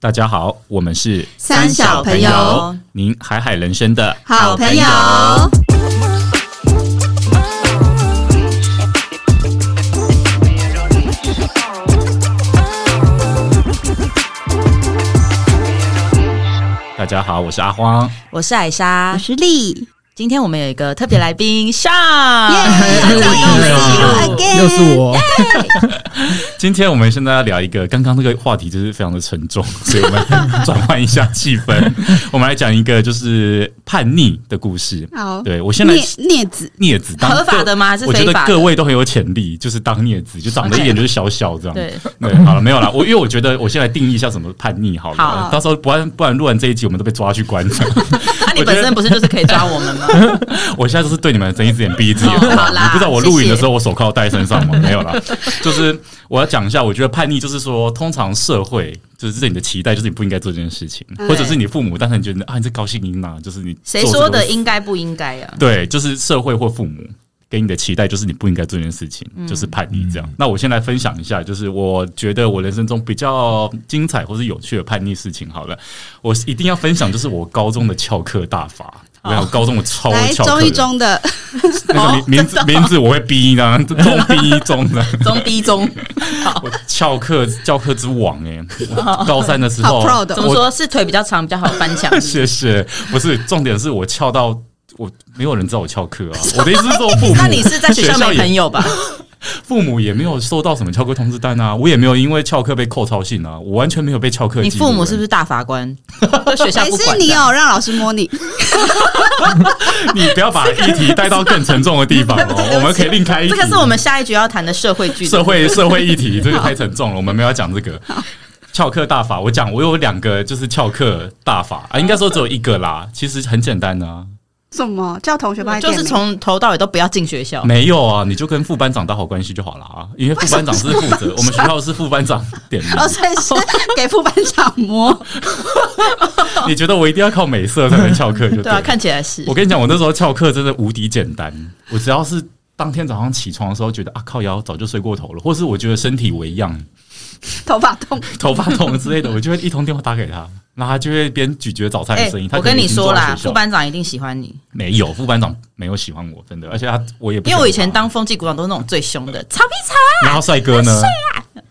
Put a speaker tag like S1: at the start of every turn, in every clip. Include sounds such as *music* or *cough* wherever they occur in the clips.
S1: 大家好，我们是
S2: 三小朋友，
S1: 您海海人生的
S2: 好朋友，
S1: 大家好，我是阿荒。
S3: 我是艾莎
S2: 我。是丽，
S3: 今天我们有一个特别来宾上，啊 *laughs*
S2: 耶
S1: *laughs* 又
S4: 又是我，
S1: 今天我们现在要聊一个，刚刚那个话题就是非常的沉重， *laughs* 所以我们转换一下气氛，
S3: *laughs*
S1: 我们来讲一个就是叛逆的故事。
S2: 好，
S1: 对我先来
S2: 镊镊子，
S1: 镊子当
S3: 合法的吗还是
S1: 我觉
S3: 非
S1: 得
S3: 法的
S1: 各位都很有潜力，就是当镊子，就长得一点就是小小这样。
S3: 对，
S1: 对，好了，没有啦。我因为我觉得我先来定义一下什么叛逆好了，
S3: 好
S1: 到时候不然不然录完这一集我们都被抓去关了。
S3: 那、啊你本身不是就是可以抓我们吗？
S1: 我现在就是对你们睁一只眼闭一只眼。
S3: 哦好啦
S1: 你不知道我录影的时候我手铐戴身上吗？没有啦，就是我要讲一下，我觉得叛逆就是说，通常社会就是对你的期待就是你不应该做这件事情，
S2: 对
S1: 或者是你父母，但是你觉得啊，你这高兴音呐、就是你做
S3: *laughs* 嗯谁
S1: 这个
S3: 说的应该不应该呀、啊？
S1: 对，就是社会或父母给你的期待，就是你不应该做这件事情，
S3: 嗯
S1: 就是叛逆这样。那我先来分享一下，就是我觉得我人生中比较精彩或是有趣的叛逆事情好了，我一定要分享，就是我高中的翘课大法。
S3: 哦
S1: 我想高哦中我超会
S2: 来
S1: 翘课的，
S2: 中一中的，
S1: *laughs* 那个名名
S3: 哦
S1: 字名字我会逼的，中逼 *laughs* 中的，
S3: 中逼中，
S1: *laughs* 我翘课教课之王哎、
S3: 哦
S1: 我高三的时候，
S2: 好 proud
S3: 怎
S2: 哦
S3: 么
S1: 我
S3: 说是腿比较长比较好翻
S1: *laughs*
S3: 墙？是
S1: 谢谢，不是重点是我翘到我没有人知道我翘课
S3: *laughs*
S1: 啊，我的意思是说
S3: 不
S1: 父
S3: 是
S1: 母，
S3: 那你是在学校没
S1: 也
S3: 朋友吧？
S1: 父母也没有收到什么翘课通知单啊，我也没有因为翘课被扣操信啊，我完全没有被翘课。
S3: 你父母是不？是大法
S1: *laughs*
S3: 官？就学校
S2: 还
S3: 不
S2: 是
S3: 管
S2: 你
S3: 这
S1: 哦
S3: 样
S2: 有让老师摸你？
S1: 欸你不要把议题带到更沉重的地
S3: *laughs*
S1: 方哦，我们可以另开一
S3: 这
S1: 题。
S3: 个是我们下一局要谈的社会剧。
S1: 社
S3: *laughs*
S1: 会社会议题，这个太沉重了，我们没有要讲这个。翘课大法，我讲我有两个就是翘课大法啊，应该说只有一个啦，其实很简单啊，
S2: 什么叫同学帮你
S3: 就
S2: 垫
S3: 是
S2: 名
S3: 从头到尾都不要进学校。
S1: *laughs* 没有啊，你就跟副班长打好关系就好了啊，因为副班长是负责，我们学校是副班长点名。
S2: *laughs* 哦，所以是给副班长摸，
S1: 你觉得我一定要靠美色才能翘课就
S3: 哦对啊，看起来是
S1: 我。跟你讲，我那时候翘课真的无敌简单，我只要是当天早上起床的时候觉得啊靠腰早就睡过头了，或是我觉得身体微恙、
S2: *laughs* 头发 *laughs* 痛，
S1: 头发痛之类的，我就会一通电话打
S3: *laughs*
S1: 给他，那他就会边咀嚼早餐的声音。他
S3: 哎我
S1: 可能
S3: 跟
S1: 已
S3: 你
S1: 经
S3: 说
S1: 坐在
S3: 啦，
S1: 学校
S3: 副班长一定喜欢你，
S1: 没有副班长没有喜欢我，真的，而且他我也不
S3: 因为我以
S1: 喜欢
S3: 前
S1: 他
S3: 当风纪股长都是那种最凶的，草皮草。
S1: 然后帅哥呢，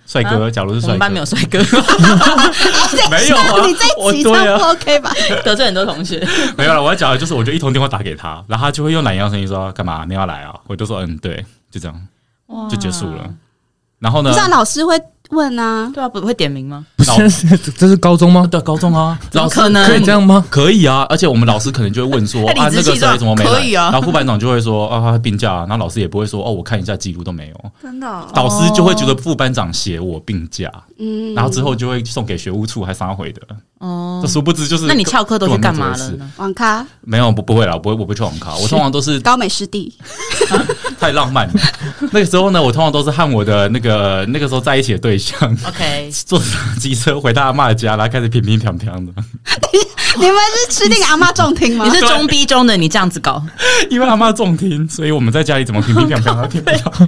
S1: 帅哥，假
S3: 啊
S1: 如是
S3: 我
S1: 帅
S3: 们
S1: 哥
S3: 班没有帅哥， *laughs*
S1: 没有啊
S2: 你这
S1: 我
S2: 一集这
S1: 对
S2: 样
S1: 啊
S2: 不 OK 吧？
S3: 得罪很多同学。
S1: 没有了，我要讲的就是，我就一通电话打给他，然后他就会用懒洋声音说干嘛你要来啊，我就说嗯对，就这样就结束了。然后呢
S2: 不是？啊，老师会问啊，
S3: 对啊，不会点名吗？
S4: 不是是这是高中吗？
S1: 对，高中啊，
S3: 怎么
S1: 老师
S3: 可能
S4: 可以这样吗？
S1: 可以啊，而且我们老师可能就会问说
S3: 哎 *laughs*
S1: 啊，
S3: 理
S1: 那
S3: 直
S1: 个
S3: 气壮
S1: 谁怎么没来？
S3: 可以啊
S1: 然后副班长就会说啊，他病假、啊。然后老师也不会说哦，我看一下记录都没有。
S2: 真的哦，
S1: 导师就会觉得副班长写我病假，
S2: 嗯
S1: 然后之后就会送给学务处，还撒回的。
S3: 哦
S1: 这，殊不知就是
S3: 那你翘课都去干嘛
S1: 跟我
S3: 了
S1: 啊们做的事？
S3: 呢？
S2: 网咖
S1: 没有，不不会啦，我不会，我不去网咖，我通常都
S3: *laughs*
S1: 是
S2: 高美湿地，
S1: 太浪漫了。那个时候呢，我通常都是和我的那个那个时候在一起的对象
S3: OK，
S1: 坐着机车回他阿妈家，然后开始平平常常的，
S2: 你们是吃定阿妈重听吗
S3: 你？是中逼中的，你这样子搞，
S1: 因为阿妈重听，所以我们在家里怎么平平常常都听不
S3: *laughs*
S1: 到，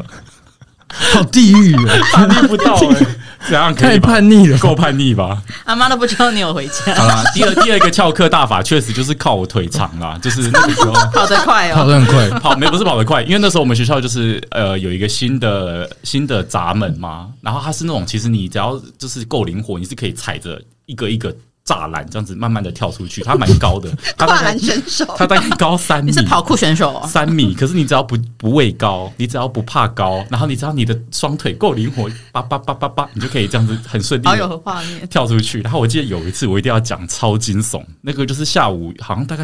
S4: 好地狱哦，
S1: 反应不 *laughs* 到、欸，这样可以
S4: 太
S1: 吧？
S4: 叛逆了。
S1: 够叛逆吧？
S3: 阿妈都不知道你有回
S2: *laughs*
S3: 家，
S1: 好啦，第二第二个翘课大法确实就是靠我腿长啦，就是那个时候
S3: 跑得快
S1: *laughs*
S4: 跑
S3: 哦。
S4: 得很快，
S1: 跑没不是跑得快，因为那时候我们学校就是呃有一个新的新的闸门嘛，然后它是那种其实你只要就是够灵活，你是可以踩着一个一个栅栏这样子慢慢的跳出去，它蛮高
S3: *laughs*
S1: 的，它
S2: 跨
S1: 大概
S2: 栏选手，
S1: 它大概高三米
S3: 你。是跑酷选手哦，
S1: 三米，可是你只要不不畏高，你只要不怕高，然后你只要你的双腿够灵活，叭叭叭叭叭，你就可以这样子很顺利
S3: 好
S1: 地
S3: 有画面。
S1: 跳出去。然后我记得有一次我一定要讲超惊悚，那个就是下午好像大概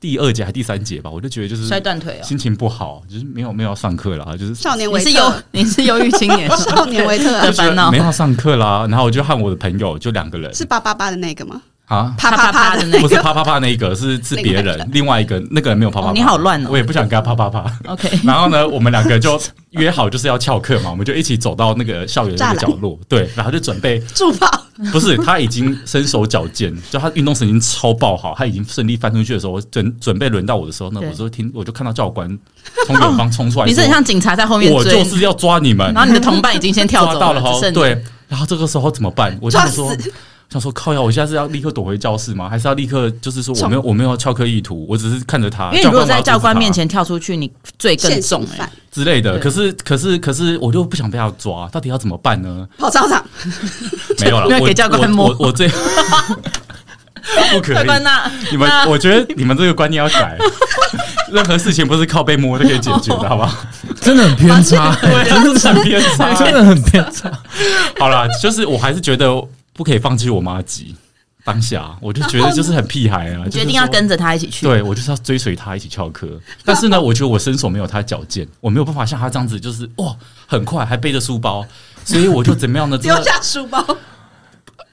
S1: 第二节还第三节吧，我就觉得就是
S3: 摔断腿哦
S1: 心情不好，就是没有没有要上课啦，就是
S2: 少年
S3: 你
S2: 维
S3: 是忧
S2: 特，，
S3: 你是忧郁青年
S2: *laughs* 少年维特
S3: *laughs*
S2: 啊
S3: 的烦恼
S1: 没，有要上课啦。然后我就和我的朋友就两个人
S2: 是八八八的那个吗？
S3: *laughs*
S1: 啊。
S2: 啪啪啪
S3: 的
S2: 的
S3: 那
S1: 不
S3: 个。
S1: 是啪啪啪那一个，是是别人，另外一个那个人没有啪啪
S3: 哦
S1: 啪。
S3: 你好乱哦
S1: 我也不想跟他啪啪啪。
S3: *laughs* OK，
S1: 然后呢，我们两个
S3: *laughs*
S1: 就约好就是要翘课嘛，我们就一起走到那个校园的那个角落，对，然后就准备
S2: 助跑，
S1: 不是，他已经身手矫健，就他运动神经超爆好，他已经顺利翻出去的时候，我准准备轮到我的时候呢，
S3: 对
S1: 我就听我就看到教官从远方冲出来说，
S3: 你是很像警察在后面
S1: 我就
S3: 追，
S1: 是要抓你们，
S3: 然后你的同伴已经先跳
S1: *laughs* 抓
S3: 走
S1: 到了
S3: 只
S1: 哈，
S3: 剩你。
S1: 对，然后这个时候怎么办？我就
S2: 抓
S1: 说
S2: 死。
S1: 想说靠呀，我现在是要立刻躲回教室吗？还是要立刻就是说我没有我没有翘课意图，我只是看着他。
S5: 因为你如果在教
S1: 把我制止他
S5: 官面前跳出去，你罪更
S2: 现
S5: 重
S2: 行
S3: 欸
S5: 哎、
S2: 犯
S1: 之类的，
S5: 对
S1: 可是可是可是我就不想被他抓，到底要怎么办呢？
S2: 跑操场，
S1: 没有了，
S3: 那
S1: 我
S3: 给教官
S1: 我
S3: 摸
S1: 我我最不可
S5: 教官
S1: 以。
S5: 那
S1: 你们，我觉得你们这个观念要改。 *laughs* 任何事情不是靠被摸就可以解决的，好不好？
S4: 真的很偏差、
S1: 对，真 *laughs* 的是偏差。
S4: 真的很偏差。
S1: 好啦，就是我还是觉得不可以放弃我妈级。当下我就觉得就是很屁孩啊，就
S5: 你
S1: 是
S5: 决定要
S1: 说
S5: 跟着他一起去，
S1: 对我就是要追随他一起翘课，但是
S5: *laughs*
S1: 呢，我觉得我身手没有他矫健，我没有办法像他这样子，就是哇，很快还背着书包，所以我就怎么
S5: *laughs*
S1: 样呢？真
S2: 丢
S1: 的
S2: 下书包，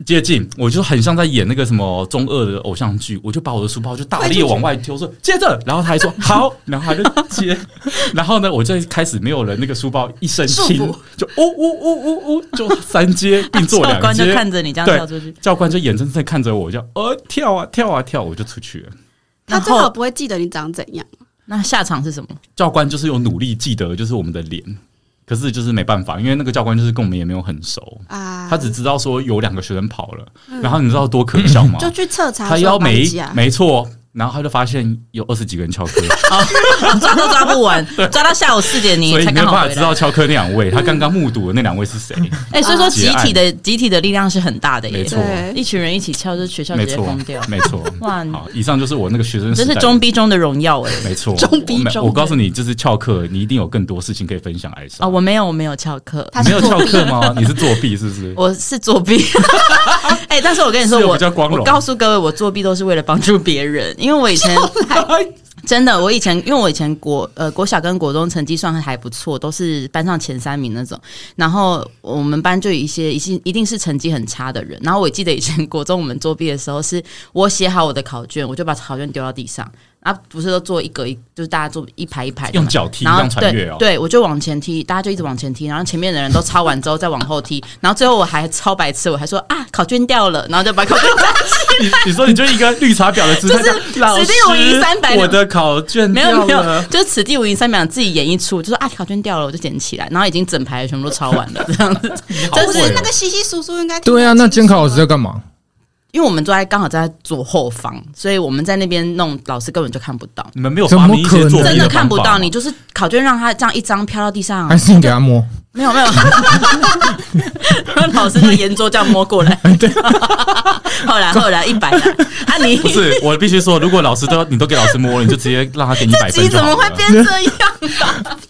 S1: 接近，我就很像在演那个什么中二的偶像剧，我就把我的书包就大力地往外
S5: *laughs*
S1: 丢，说接着，然后他还说好， *laughs* 然后他就接， *laughs* 然后呢，我就开始没有了那个书包一身轻
S2: 束缚，
S1: 就哦呜呜呜呜呜，哦就三阶
S3: *laughs*
S1: 并作
S5: 教 *laughs*
S1: 两
S5: 官就
S1: 阶，
S5: 看着你这样
S1: 对
S5: 跳出去，
S1: 教官就眼睁睁地看着我，就呃跳啊跳啊跳，我就出去了。
S2: 他
S5: 然
S2: 最好
S5: 后
S2: 不会记得你长怎样。
S5: 那下场是什么？
S1: 教官就是有努力记得，就是我们的脸，可是就是没办法，因为那个教官就是跟我们也没有很熟，
S2: 啊，
S1: 他只知道说有两个学生跑了，
S5: 嗯
S1: 然后你知道多可笑吗？
S2: 就去彻查
S1: 他
S2: 说
S1: 邀
S2: 班
S1: 没
S2: 级啊，
S1: 没错，然后他就发现有二十几个人翘课，
S5: 抓都抓不完，抓到下午四点
S1: 所
S5: *laughs* 你
S1: 以
S5: 才
S1: 没
S5: 刚
S1: 有
S5: 好
S1: 办法
S5: 回
S1: 知
S5: 来。
S1: 道翘课那两位，他刚刚目睹的那两位是谁？
S5: 哎、所以说
S1: 结
S5: 集
S1: 案
S5: 体的集体的力量是很大的耶
S1: 没，错
S2: 对，
S5: 一群人一起翘， *laughs* 就是学校直
S1: 没
S5: 接
S1: 错
S5: 疯
S1: *laughs*
S5: 掉，，
S1: 没错。
S5: 哇，
S1: 好，以上就是我那个学生时
S5: 真
S1: 代
S5: 是
S1: 的
S5: 中逼中的荣耀哎、
S1: 没错，
S2: 中逼
S1: 我没
S2: 中
S1: 我告诉你，就是翘课，你一定有更多事情可以分享。艾莎
S5: 啊、，我没有，我没有翘
S1: *laughs*
S5: 课，
S2: 他
S1: 你
S2: 是
S1: 没有
S2: 作
S1: 翘
S2: 弊
S1: 课吗？你是作弊是不是？
S5: *laughs* 我是作弊。哎、但是我跟你说，
S1: 是有
S5: 我
S1: 比较光荣
S5: 我告诉各位，我作弊都是为了帮助别人，因为我以
S1: *laughs*
S5: 前真的，我以前因为我以前国呃国小跟国中成绩算还不错，都是班上前三名那种。然后我们班就有一些一些一定是成绩很差的人。然后我记得以前国中我们作弊的时候，是我写好我的考卷，我就把考卷丢到地上。啊，不是都做一格一，就是大家做一排一排的嘛，
S1: 用脚踢
S5: 然
S1: 这
S5: 后
S1: 样穿越哦
S5: 对，对我就往前踢，大家就一直往前踢，然后前面的人都抄完之后再往后踢，然后最后我还超白痴，我还说啊考卷掉了，然后就把考卷 *laughs* 摘
S1: 你你说你就一个绿茶婊的姿态，就是老师
S5: 随便我赢300
S1: 我的考卷
S5: *laughs* 没有
S1: 掉
S5: 没有
S1: 了，。
S5: 就是此地无银三百两，自己演一出，就说啊，考卷掉了，我就捡起来，然后已经整排的全部都抄完了，这
S1: *laughs*
S5: 样子。
S1: 好
S5: 就
S2: 不
S5: 是
S1: 会
S2: 是
S1: 哦
S2: 那个稀稀疏疏应该听得
S4: 对啊，
S2: 清
S4: 那
S2: 楚
S4: 监考老
S2: 吧
S4: 师在干嘛？
S5: 因为我们坐在刚好在左后方，所以我们在那边弄，老师根本就看不到，
S1: 你们没有发明一些
S4: 怎么可
S1: 作
S4: 能
S1: 弊
S5: 真
S1: 的
S5: 的看不
S1: 方法哎
S5: 到。
S1: 吗
S5: 你就是考卷让他这样一张飘到地上
S4: 还，是你给他摸？
S1: *laughs*
S5: 没有没有，然后老师就沿桌这样
S1: *laughs*
S5: 摸过来。
S1: 哎
S5: *laughs* 对，后来后来一百来，啊你
S1: 不是，我必须说，如果老师都你都给老师摸了，你就直接让他给你百分
S5: 鸡
S1: 就
S5: 怎
S1: 好
S5: 么会
S1: 了。 *laughs*
S5: 变这样？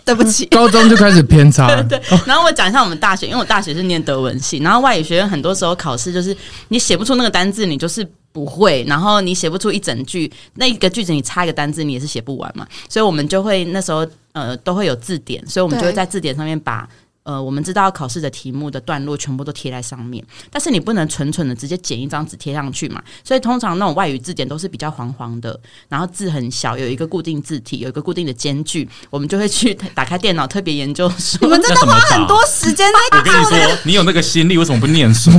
S2: 对不起，
S4: 高中就开始偏差
S5: *laughs*
S4: 了，
S5: 对，然后我讲一下我们大学，因为我大学是念德文系，然后外语学院很多时候考试就是你写不出那个单字，你就是不会，然后你写不出一整句，那一个句子你插一个单字，你也是写不完嘛，所以我们就会那时候呃都会有字典，所以我们就会
S2: 对
S5: 在字典上面把。呃，我们知道考试的题目的段落全部都贴在上面，但是你不能蠢蠢的直接剪一张纸贴上去嘛。所以通常那种外语字典都是比较黄黄的，然后字很小，有一个固定字体，有一个固定的间距，我们就会去打开电脑特别研究说
S2: 你们真的
S1: 那怎么
S2: 花
S1: 打
S2: 很多时
S1: *laughs*
S2: 间在
S1: 我跟你说，你有那个心力，为什么不念书？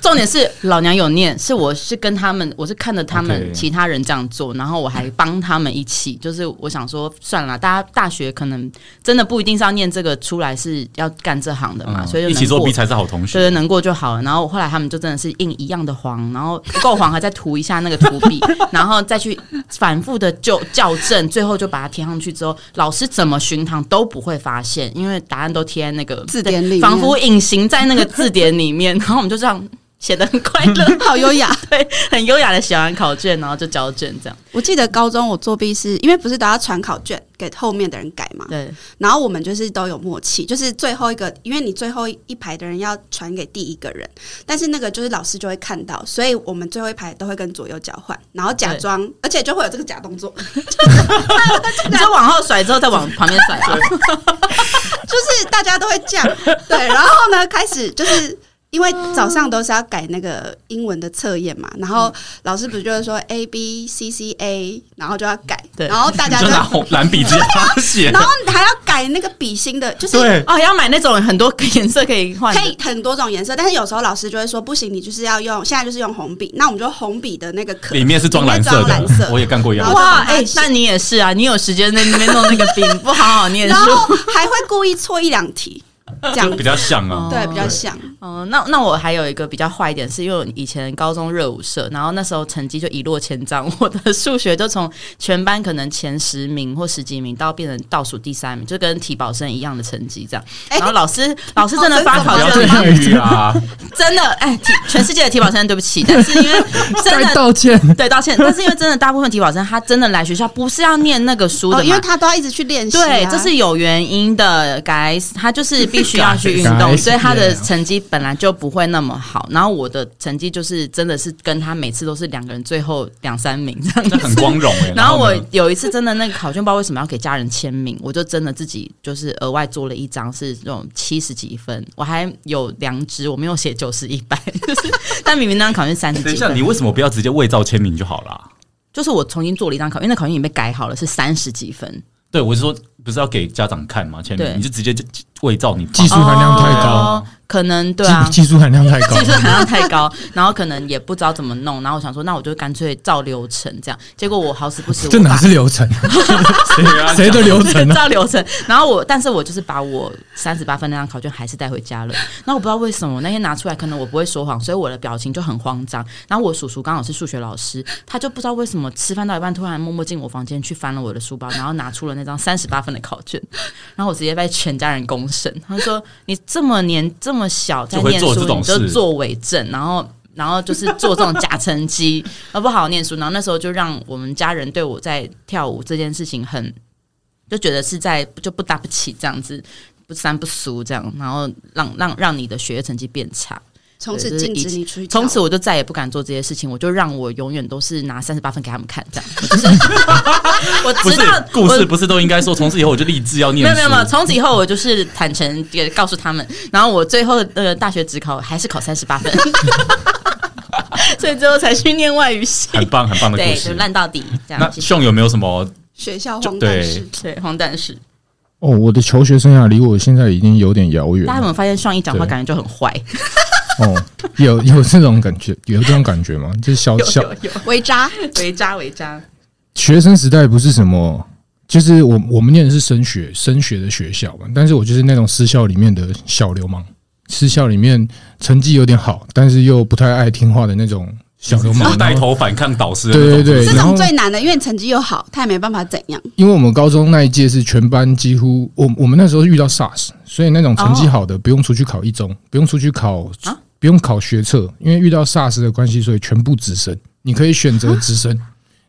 S5: 重点是老娘有念，是我是跟他们，我是看着他们
S1: OK
S5: 其他人这样做，然后我还帮他们一起，就是我想说算了，大家大学可能真的不一定是要念这个出来是要干这行的
S1: 嗯
S5: 嘛，啊所以就
S1: 一
S5: 能
S1: 起作
S5: 过
S1: 弊才是好同
S5: 对对，
S1: 学。
S5: 能过就好了。然后后来他们就真的是印一样的黄，然后不够黄还再涂一下那个涂笔， *laughs* 然后再去反复的就校正，最后就把它贴上去之后，老师怎么巡堂都不会发现，因为答案都贴在那个
S2: 字典里面
S5: 仿佛隐形在那个字典里面。 *laughs* 然后我们就这样写的很快乐，
S2: 好优雅。
S5: 对，很优雅的写完考卷，然后就交卷这样。
S2: 我记得高中我作弊是因为不是都要传考卷给后面的人改嘛，
S5: 对，
S2: 然后我们就是都有默契，就是最后一个，因为你最后一排的人要传给第一个人，但是那个就是老师就会看到，所以我们最后一排都会跟左右交换，然后假装，而且就会有这个假动作，
S5: *laughs* 你就往后甩之后再往旁边甩啊吧，
S2: 就是大家都会这样，对，然后呢，开始就是。因为早上都是要改那个英文的测验嘛，然后老师不是就是说 A B C C A，然后就要改，
S5: 对
S2: 然后大
S1: 你 *laughs*
S2: 家
S1: 就
S2: 就
S1: 拿红蓝笔直接写
S2: 然，后你还要改那个笔芯的，就是
S1: 对，
S5: 哦，要买那种很多颜色可以换的，
S2: 可以很多种颜色，但是有时候老师就会说不行，你就是要用现在就是用红笔，那我们就红笔的那个壳
S1: 里面是装蓝色
S2: 里面装蓝
S1: 的，
S2: 色
S1: 我也干过一样的
S2: 然后就
S5: 哇，
S2: 把它
S5: 哎、
S2: 写
S5: 那你也是啊，你有时间在那边弄那个饼，不好好念
S2: 然
S5: 书。
S2: 后还会故意错一两题，这样 *laughs*
S1: 比较像啊。
S2: 对比较像。
S5: 哦、那那我还有一个比较坏一点，是因为我以前高中热舞社，然后那时候成绩就一落千丈，我的数学就从全班可能前十名或十几名到变成倒数第三名，就跟体保生一样的成绩这样。
S2: 哎哦
S5: 然后老师、老师真的发考
S1: 不要
S5: 卷，
S1: 这语啊！
S5: *laughs* 真的哎、体全世界的体保生对不起，但是
S2: *laughs*
S5: 因为真
S4: 该
S5: 的。
S4: 道歉。
S5: 对，道歉。但是因为真的，大部分体保生他真的来学校不是要念那个书的嘛，
S2: 哦，因为他都要一直去练习啊、
S5: 对，这是有原因的，guys，他就是必须要去运动，
S4: Guys，
S5: 所以他的
S4: yeah
S5: 成绩本来就不会那么好。然后我的成绩就是真的是跟他每次都是两个人最后两三名这
S1: *laughs*
S5: 样
S1: 这
S5: 子。
S1: 很光荣哎、
S5: *laughs* 然后我
S1: 呢
S5: 有一次真的那个考卷，不知道为什么要给家人签名，我就真的自己就是额外做了一张是那种七十几分，我还有良知，我没有写九十一百， *laughs* 就是但明明那张考卷 *laughs* 三十
S1: 等
S5: 几
S1: 一下，你
S5: 分，
S1: 为什么不要直接伪造签名就好啦？
S5: 就是我重新做了一张考卷，因为那考卷已经被改好了，是三十几分。
S1: 对，我是说，不是要给家长看吗？签名
S5: 对
S1: 你就直接就伪造你爸
S4: 技术含量太高
S5: 哦，可能对啊，
S4: 技技术含量太高
S5: 技。术含量太高，然后可能也不知道怎么弄，然后我想说，那我就干脆照流程这样。结果我好死
S4: *laughs*
S5: 不死，
S4: 这
S5: 我
S4: 哪
S5: 把
S4: 是流程？
S1: 对啊
S4: 谁的流程
S5: *laughs*
S4: 呢？
S5: 照流程？然后我，但是我就是把我三十八分那张考卷还是带回家了。然后我不知道为什么我那天拿出来，可能我不会说谎，所以我的表情就很慌张。然后我叔叔刚好是数学老师，他就不知道为什么吃饭到一半突然默默进我房间去翻了我的书包，然后拿出了那张三十八分的考卷，然后我直接被全家人公审。他就说：“你这么年这么小在
S1: 就会
S5: 念
S1: 做
S5: 书，
S1: 这种
S5: 你就
S1: 事
S5: 做伪证，然后。”然后就是做这种假成绩， *laughs* 而不好好念书。然后那时候就让我们家人对我在跳舞这件事情很就觉得是在就不搭不起这样子，不三不俗这样，然后让让让你的学业成绩变差。
S2: 从此
S5: 对就是
S2: 禁
S5: 以
S2: 止
S5: 前
S2: 你出去跳舞，
S5: 从此我就再也不敢做这些事情，我就让我永远都是拿三十八分给他们看，这样。我
S1: 不 *laughs*
S5: 就是我
S1: 是
S5: 啊知道
S1: 故
S5: 我
S1: 事，不是都应该说，从此以后我就立志要念
S5: 没
S1: 书。
S5: 有没有没有，从此以后我就是坦诚也告诉他们，然后我最后呃大学只考还是考三十八
S4: *laughs*
S5: 分，所以最后才去念外语系，
S1: 很棒很棒的故
S5: 对，
S1: 事
S5: 就。烂到底这
S1: 那
S5: 样。谢谢
S1: 秀有没有什么？
S2: 学校
S1: 就
S2: 荒诞
S1: 对
S2: 事。
S5: 对，荒诞事。
S4: 哦，我的求学生涯离我现在已经有点遥远
S5: 大家有没有发现上一讲话
S4: 对
S5: 感觉就很坏？
S4: 哦，有有这种感觉，有这种感觉吗？就是小
S5: 有
S4: 小
S5: 有有，
S2: 微渣，
S5: 为渣为渣。
S4: 学生时代不是什么，就是我我们念的是升学升学的学校嘛，但是我就是那种私校里面的小流氓，私校里面成绩有点好，但是又不太爱听话的那种小流氓。
S1: 带
S4: 然后
S1: 头反抗导师的那种
S4: 对对对，
S2: 这
S4: 然
S2: 种
S4: 后
S2: 最难的，因为你成绩又好，他也没办法怎样。
S4: 因为我们高中那一届是全班几乎，我我们那时候遇到 SARS，所以那种成绩好的不用出去考一中，不用出去考
S5: 哦啊，
S4: 不用考学测，因为遇到 SARS 的关系，所以全部直升，你可以选
S5: 啊
S4: 择直升。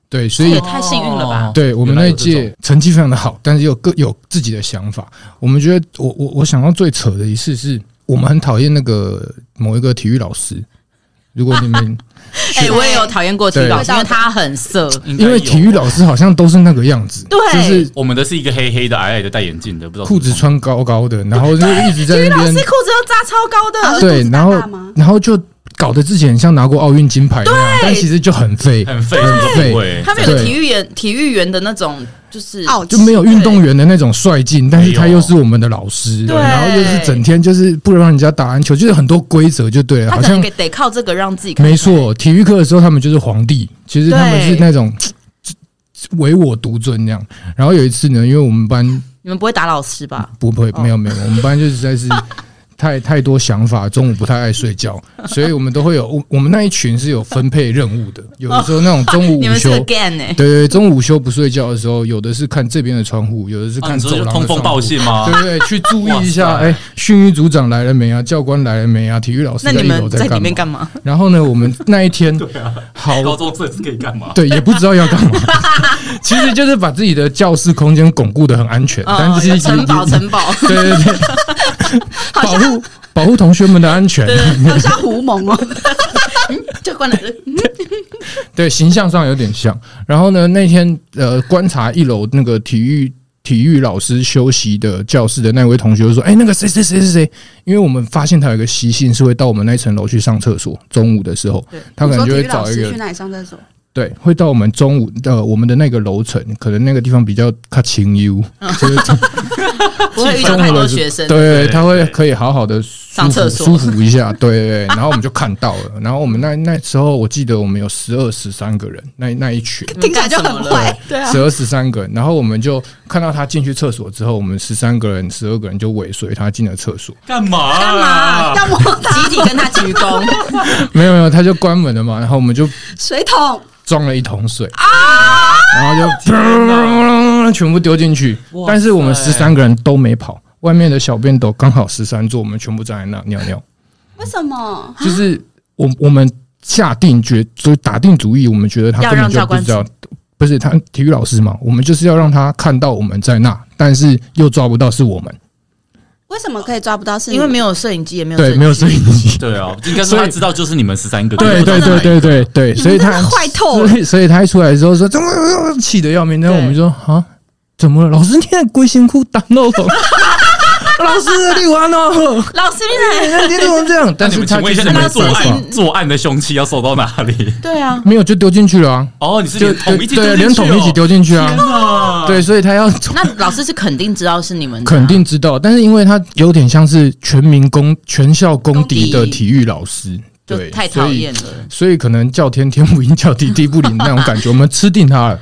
S4: 对，所
S5: 这
S4: 以
S5: 也太幸运了吧！
S4: 哦对我们那一
S1: 原来有这
S4: 届成绩非常的好，但是又各有自己的想法。我们觉得，我我我想到最扯的一次是，我们很讨厌那个某一个体育老师。如果你们
S5: 哎、我也有讨厌过体育老师，因为他很色。
S1: *laughs* 应该
S4: 因
S1: 有
S4: 为体育老师好像都是那个样子，
S5: 对
S4: 就是
S1: 我们的是一个黑黑的、矮矮的、戴眼镜的，不知道
S4: 裤子
S1: 什么
S4: 穿高高的，然后就一直在那边
S5: 裤子都扎超高
S2: 老师
S4: 对
S2: 肚，子
S4: 然
S2: 大
S4: 后
S2: 大吗
S4: 然后就搞得自己很像拿过奥运金牌那样，但其实就很废，
S1: 很废，很欸
S4: 对
S1: 废。
S5: 他们有个
S4: 对哦
S5: 体育员，体育员的那种，就是
S2: 傲气
S4: 就
S2: *laughs*
S4: 没有运动员的那种帅劲，但是他又是我们的老师，
S5: 对
S4: 然后又是整天就是不能让人家打篮球，就是很多规则就对了，
S5: 他
S4: 好
S5: 可能
S4: 像
S5: 给得靠这个让自己看
S4: 没错。体育课的时候他们就是皇帝，其实他们是那种唯我独尊那样。然后有一次呢，因为我们班
S5: 你们不会打老师吧？
S4: 不会，
S5: 哦
S4: 没有没有，我们班就实
S5: *laughs*
S4: 在是太太多想法，中午不太爱睡觉，所以我们都会有我我们那一群是有分配任务的，有的时候那种中午午
S5: 哦你们是
S4: 休
S5: 个，gan 哎、
S4: 对对，中午午休不睡觉的时候，有的是看这边的窗户，有的是
S1: 啊
S4: 看
S1: 你说
S4: 走
S1: 就
S4: 廊的
S1: 通风
S4: 窗户
S1: 报信吗
S4: 对？对，对去注意一下，
S1: 啊哇塞
S4: 哎，训育组长来了没啊？教官来了没啊？体育老师
S5: 那
S4: 在
S5: 你
S4: 一楼
S5: 们在里
S4: 干
S5: 面
S4: 嘛？
S5: 干嘛？
S4: 然后呢，我们那
S1: *laughs*
S4: 一天
S1: 对啊，
S4: 好
S1: 高中这是可以干嘛？
S4: 对，也不知道要干嘛， *laughs* 其实就是把自己的教室空间巩固的很安全，但
S5: 哦
S4: 是
S5: 有
S4: 一直
S5: 城堡，城堡，
S4: 对对对，
S5: *laughs*
S4: 保护保护同学们的安全，
S2: 好像胡蒙
S4: *laughs*
S2: 哦，
S5: 就关了。
S4: 对形象上有点像。然后呢，那天呃观察一楼那个体育体育老师休息的教室的那位同学就说：“哎、那个谁谁谁谁谁，因为我们发现他有一个习性是会到我们那一层楼去上厕所，中午的时候
S5: 对，
S4: 他可能就
S2: 你说体
S4: 会
S2: 育老
S4: 找一
S2: 师
S4: 个
S2: 去哪里上厕所？
S4: 对，会到我们中午呃我们的那个楼层，可能那个地方比较靠清幽，就是
S5: 不会遇到
S4: 中
S5: 太
S4: 和
S5: 多
S4: 的
S5: 学生。
S4: 对，
S1: 对
S4: 他会
S1: 对
S4: 可以好好的上
S5: 厕所
S4: 舒服一下，对对对。然后我们就看到了，然后我们那那时候我记得我们有十二十三个人，那那一群
S2: 听起来就很坏。
S5: 对啊
S4: 十，二十三个人，然后我们就看到他进去厕所之后，我们十三个人十二个人就尾随他进了厕 *laughs* 所，
S1: 干嘛？
S5: 干嘛？
S2: 要摸
S5: 集体跟他鞠躬，
S4: 没有没有，他就关门了嘛，然后我们就
S2: *laughs* 水桶，
S4: 装了一桶水然后就全部丢进去。但是我们十三个人都没跑，外面的小便斗刚好十三座，我们全部站在那尿尿。
S2: 为什么？
S4: 就是我我们下定决，就打定主意，我们觉得他
S5: 要
S4: 根本
S5: 让
S4: 就
S5: 教
S4: 不
S5: 官
S4: 知道，不是他体育老师嘛，我们就是要让他看到我们在那，但是又抓不到是我们，
S2: 为什么可以抓不到是你？
S5: 因为没有摄影机，也没有
S4: 对，没有摄影机。
S1: 对啊，应该说他知道就是你们十三个，
S4: 对对对对对对，所以
S2: 你们真
S4: 他
S2: 的坏透了哦
S4: 所以所以他一出来的时候说怎么气得要命，然后我们就说啊怎么了？老师你在龟仙裤打闹了？ *laughs* 老师你玩哦，
S5: 老师
S2: *laughs*
S5: 你来，
S4: 你怎么这样？
S1: 那
S4: 但
S1: 你
S4: 是
S1: 们
S4: 他
S1: 请问
S4: 就
S1: 一下，
S4: 是
S1: 你
S4: 没
S1: 们作
S4: 做法，
S1: 案作案的凶器要送到哪里？
S5: 对啊，
S4: 没有就丢进去了啊，
S1: *laughs* 哦，你是
S4: 就
S1: 连桶一起丢
S4: 对，
S1: 进去
S4: 连
S1: 哦
S4: 桶一起丢进去啊
S1: 天，哪
S4: 对，所以他要
S5: 那老师是肯定知道是你们的啊，
S4: 肯定知道，但是因为他有点像是全民公全校公敌的
S5: 公敌
S4: 体育老师，
S5: 就
S4: 对，
S5: 太
S4: 所
S5: 讨
S4: 以
S5: 厌了。
S4: 所以可能叫天天不应，叫地地不灵那种感觉，我们吃定他了，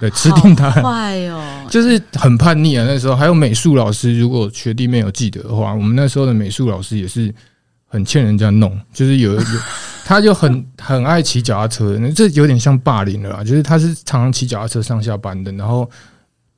S4: 对，吃定他
S5: 好
S4: 了。
S5: 坏哦，
S4: 就是很叛逆啊，那时候还有美术老师，如果学弟妹有记得的话，我们那时候的美术老师也是很欠人家弄，就是有有 *laughs* 他就很很爱骑脚踏车，那这有点像霸凌了啦，啊就是他是常常骑脚踏车上下班的，然后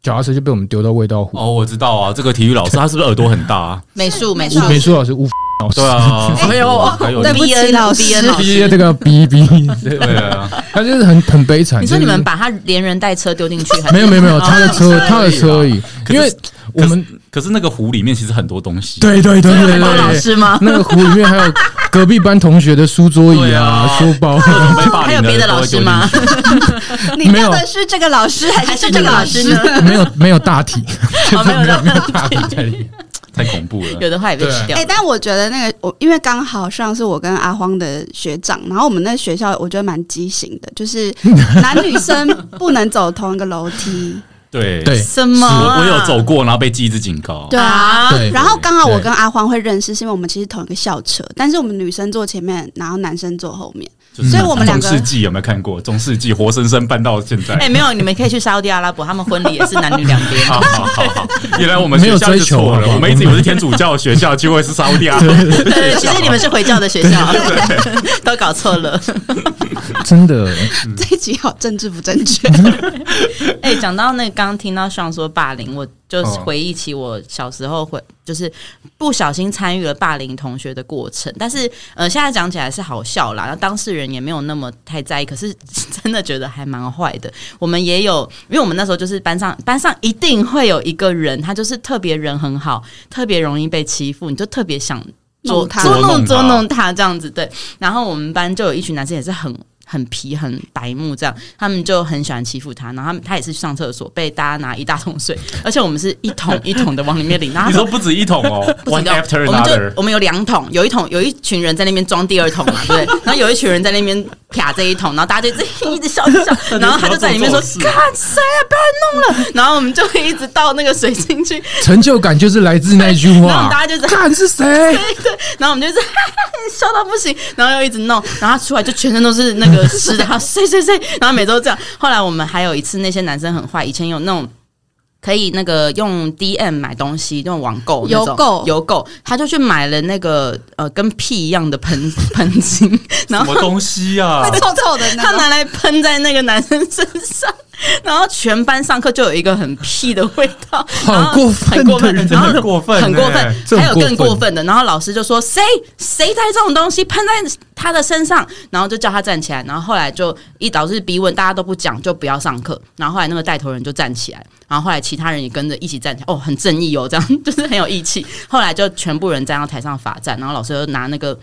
S4: 脚踏车就被我们丢到味道湖，
S1: 哦，我知道啊，这个体育老师他是不是耳朵很大啊？
S5: 美术美术
S2: 是，
S4: 美术老师误老师
S1: 对，啊，
S5: 哎呦
S1: 还有
S2: 哦对不起
S5: BN
S2: 老师
S5: BN 老
S4: *laughs* 毕业
S5: 师。
S4: 这个逼逼，对
S1: 对啊，
S4: 他就是很很悲惨。
S5: 你说你
S4: 就是
S5: 们把他连人带车丢进去，还是
S4: *laughs* 没有没有没有
S5: 哦
S4: 他的车他的车而已，
S1: 可是
S4: 因为我们
S1: 可是那个湖里面其实很多东西，
S4: 对对对对
S5: 很多老
S4: 对，
S5: 师吗？
S4: 那个湖里面还有隔壁班同学的书桌椅啊、
S1: 对
S4: 书包
S5: *laughs*
S4: 啊，
S1: 各种被霸凌
S5: 还有别的
S1: 都会
S5: 老师
S1: 丢进
S5: 吗
S1: 去？
S2: 你
S4: 没有
S2: 要的是这个老师还是这个老师呢？
S4: 没有没有大体，就
S5: 哦
S4: 是
S5: 没有
S4: 没有没有
S5: 大
S4: 大体在里面。
S1: 太恐怖了。
S5: 有的话也被吃掉
S2: 哎、。但我觉得那个我，因为刚好上次我跟阿荒的学长，然后我们那学校我觉得蛮畸形的，
S4: *laughs*
S2: 就是男女生不能走同一个楼梯。
S1: 对
S5: *laughs*
S4: 对
S5: 什么啊？
S1: 我我有走过，然后被记一次警告。
S2: 对
S5: 啊，
S4: 对，
S2: 然后刚好我跟阿荒会认识，是因为我们其实同一个校车，但是我们女生坐前面，然后男生坐后面。
S1: 就是
S2: 所以我们两个
S1: 中世纪有没有看过？中世纪活生生办到现在。
S5: 哎，没有，你们可以去沙烏地阿拉伯，他们婚礼也是男女两边。
S1: 好好好好，原来我们学校是
S4: 没有追求
S1: 错
S4: 好
S1: 了，
S4: 不好
S1: 我们一直以为是天主教学校，结果是沙烏地阿拉伯
S5: 对对，其实你们是回教的学校， *laughs* 都搞错了。
S4: 真的
S2: *laughs* 这一集好政治不正
S4: *laughs*
S2: 确，
S5: 哎、讲到那个刚听到上说霸凌，我就是
S4: 哦
S5: 回忆起我小时候会就是不小心参与了霸凌同学的过程，但是呃，现在讲起来是好笑啦，那当事人也没有那么太在意，可是真的觉得还蛮坏的。我们也有，因为我们那时候就是班上班上一定会有一个人，他就是特别人很好，特别容易被欺负，你就特别想捉
S2: 弄他
S5: 捉
S1: 捉弄
S5: 弄
S1: 他
S5: 捉弄他这样子。对，然后我们班就有一群男生也是很很皮很白目这样，他们就很喜欢欺负他，然后他们他也是去上厕所被大家拿一大
S1: *laughs*
S5: 桶水，而且我们是一桶一桶的往里面淋，然后
S1: 你
S5: 他
S1: 说不止一桶哦
S5: 不
S1: ，one
S5: 知道
S1: after
S5: 我们就
S1: another，
S5: 我们有两桶，有一桶有一群人在那边装第二桶嘛，
S1: *laughs*
S5: 对不对，然后有一群人在那边啪这一桶，然后大家就一直一直笑
S1: *laughs*
S5: 一直笑，然后他就在里面说
S1: 到底：“
S5: 看谁啊，不要弄了。”然后我们就会一直倒那个水进去，
S4: 成就感就是来自那句
S5: 然
S4: 话
S5: 后。大家就在
S4: 看是谁？
S5: 然后我们就是 *laughs* 笑到不行，然后又一直弄，然后他出来就全身都是那个湿的，他谁谁谁，然后每周这样。后来我们还有一次，那些男生很坏，以前有那种。可以那个用 DM 买东西，那种网购那种
S2: 邮购
S5: 邮购，他就去买了那个呃跟屁一样的盆 *laughs* 盆巾，然
S1: 什
S5: 后
S1: 么东西啊
S2: 会？臭臭的
S5: 他
S4: *laughs*
S2: 呢。
S5: 拿来喷在那个男生身上，然后全班上课就有一个很屁的味
S4: *laughs*
S5: 道，
S4: 好
S5: 然后
S4: 过分
S5: 很过
S4: 的
S5: 分，
S4: 人
S5: 然后
S1: 很过分
S5: 很过
S1: 欸
S4: 这
S5: 分，
S4: 很
S5: 还有更
S4: 过分
S5: 过分的，然后老师就说谁谁带这种东西喷在他的身上，然后就叫他站起来，然后后来就一导致逼问，大家都不讲，就不要上课，然后后来那个带头人就站起来，然后后来其他人也跟着一起站起来，哦，很正义哦，这样就是很有义气，后来就全部人站到台上罚站，然后老师就拿那个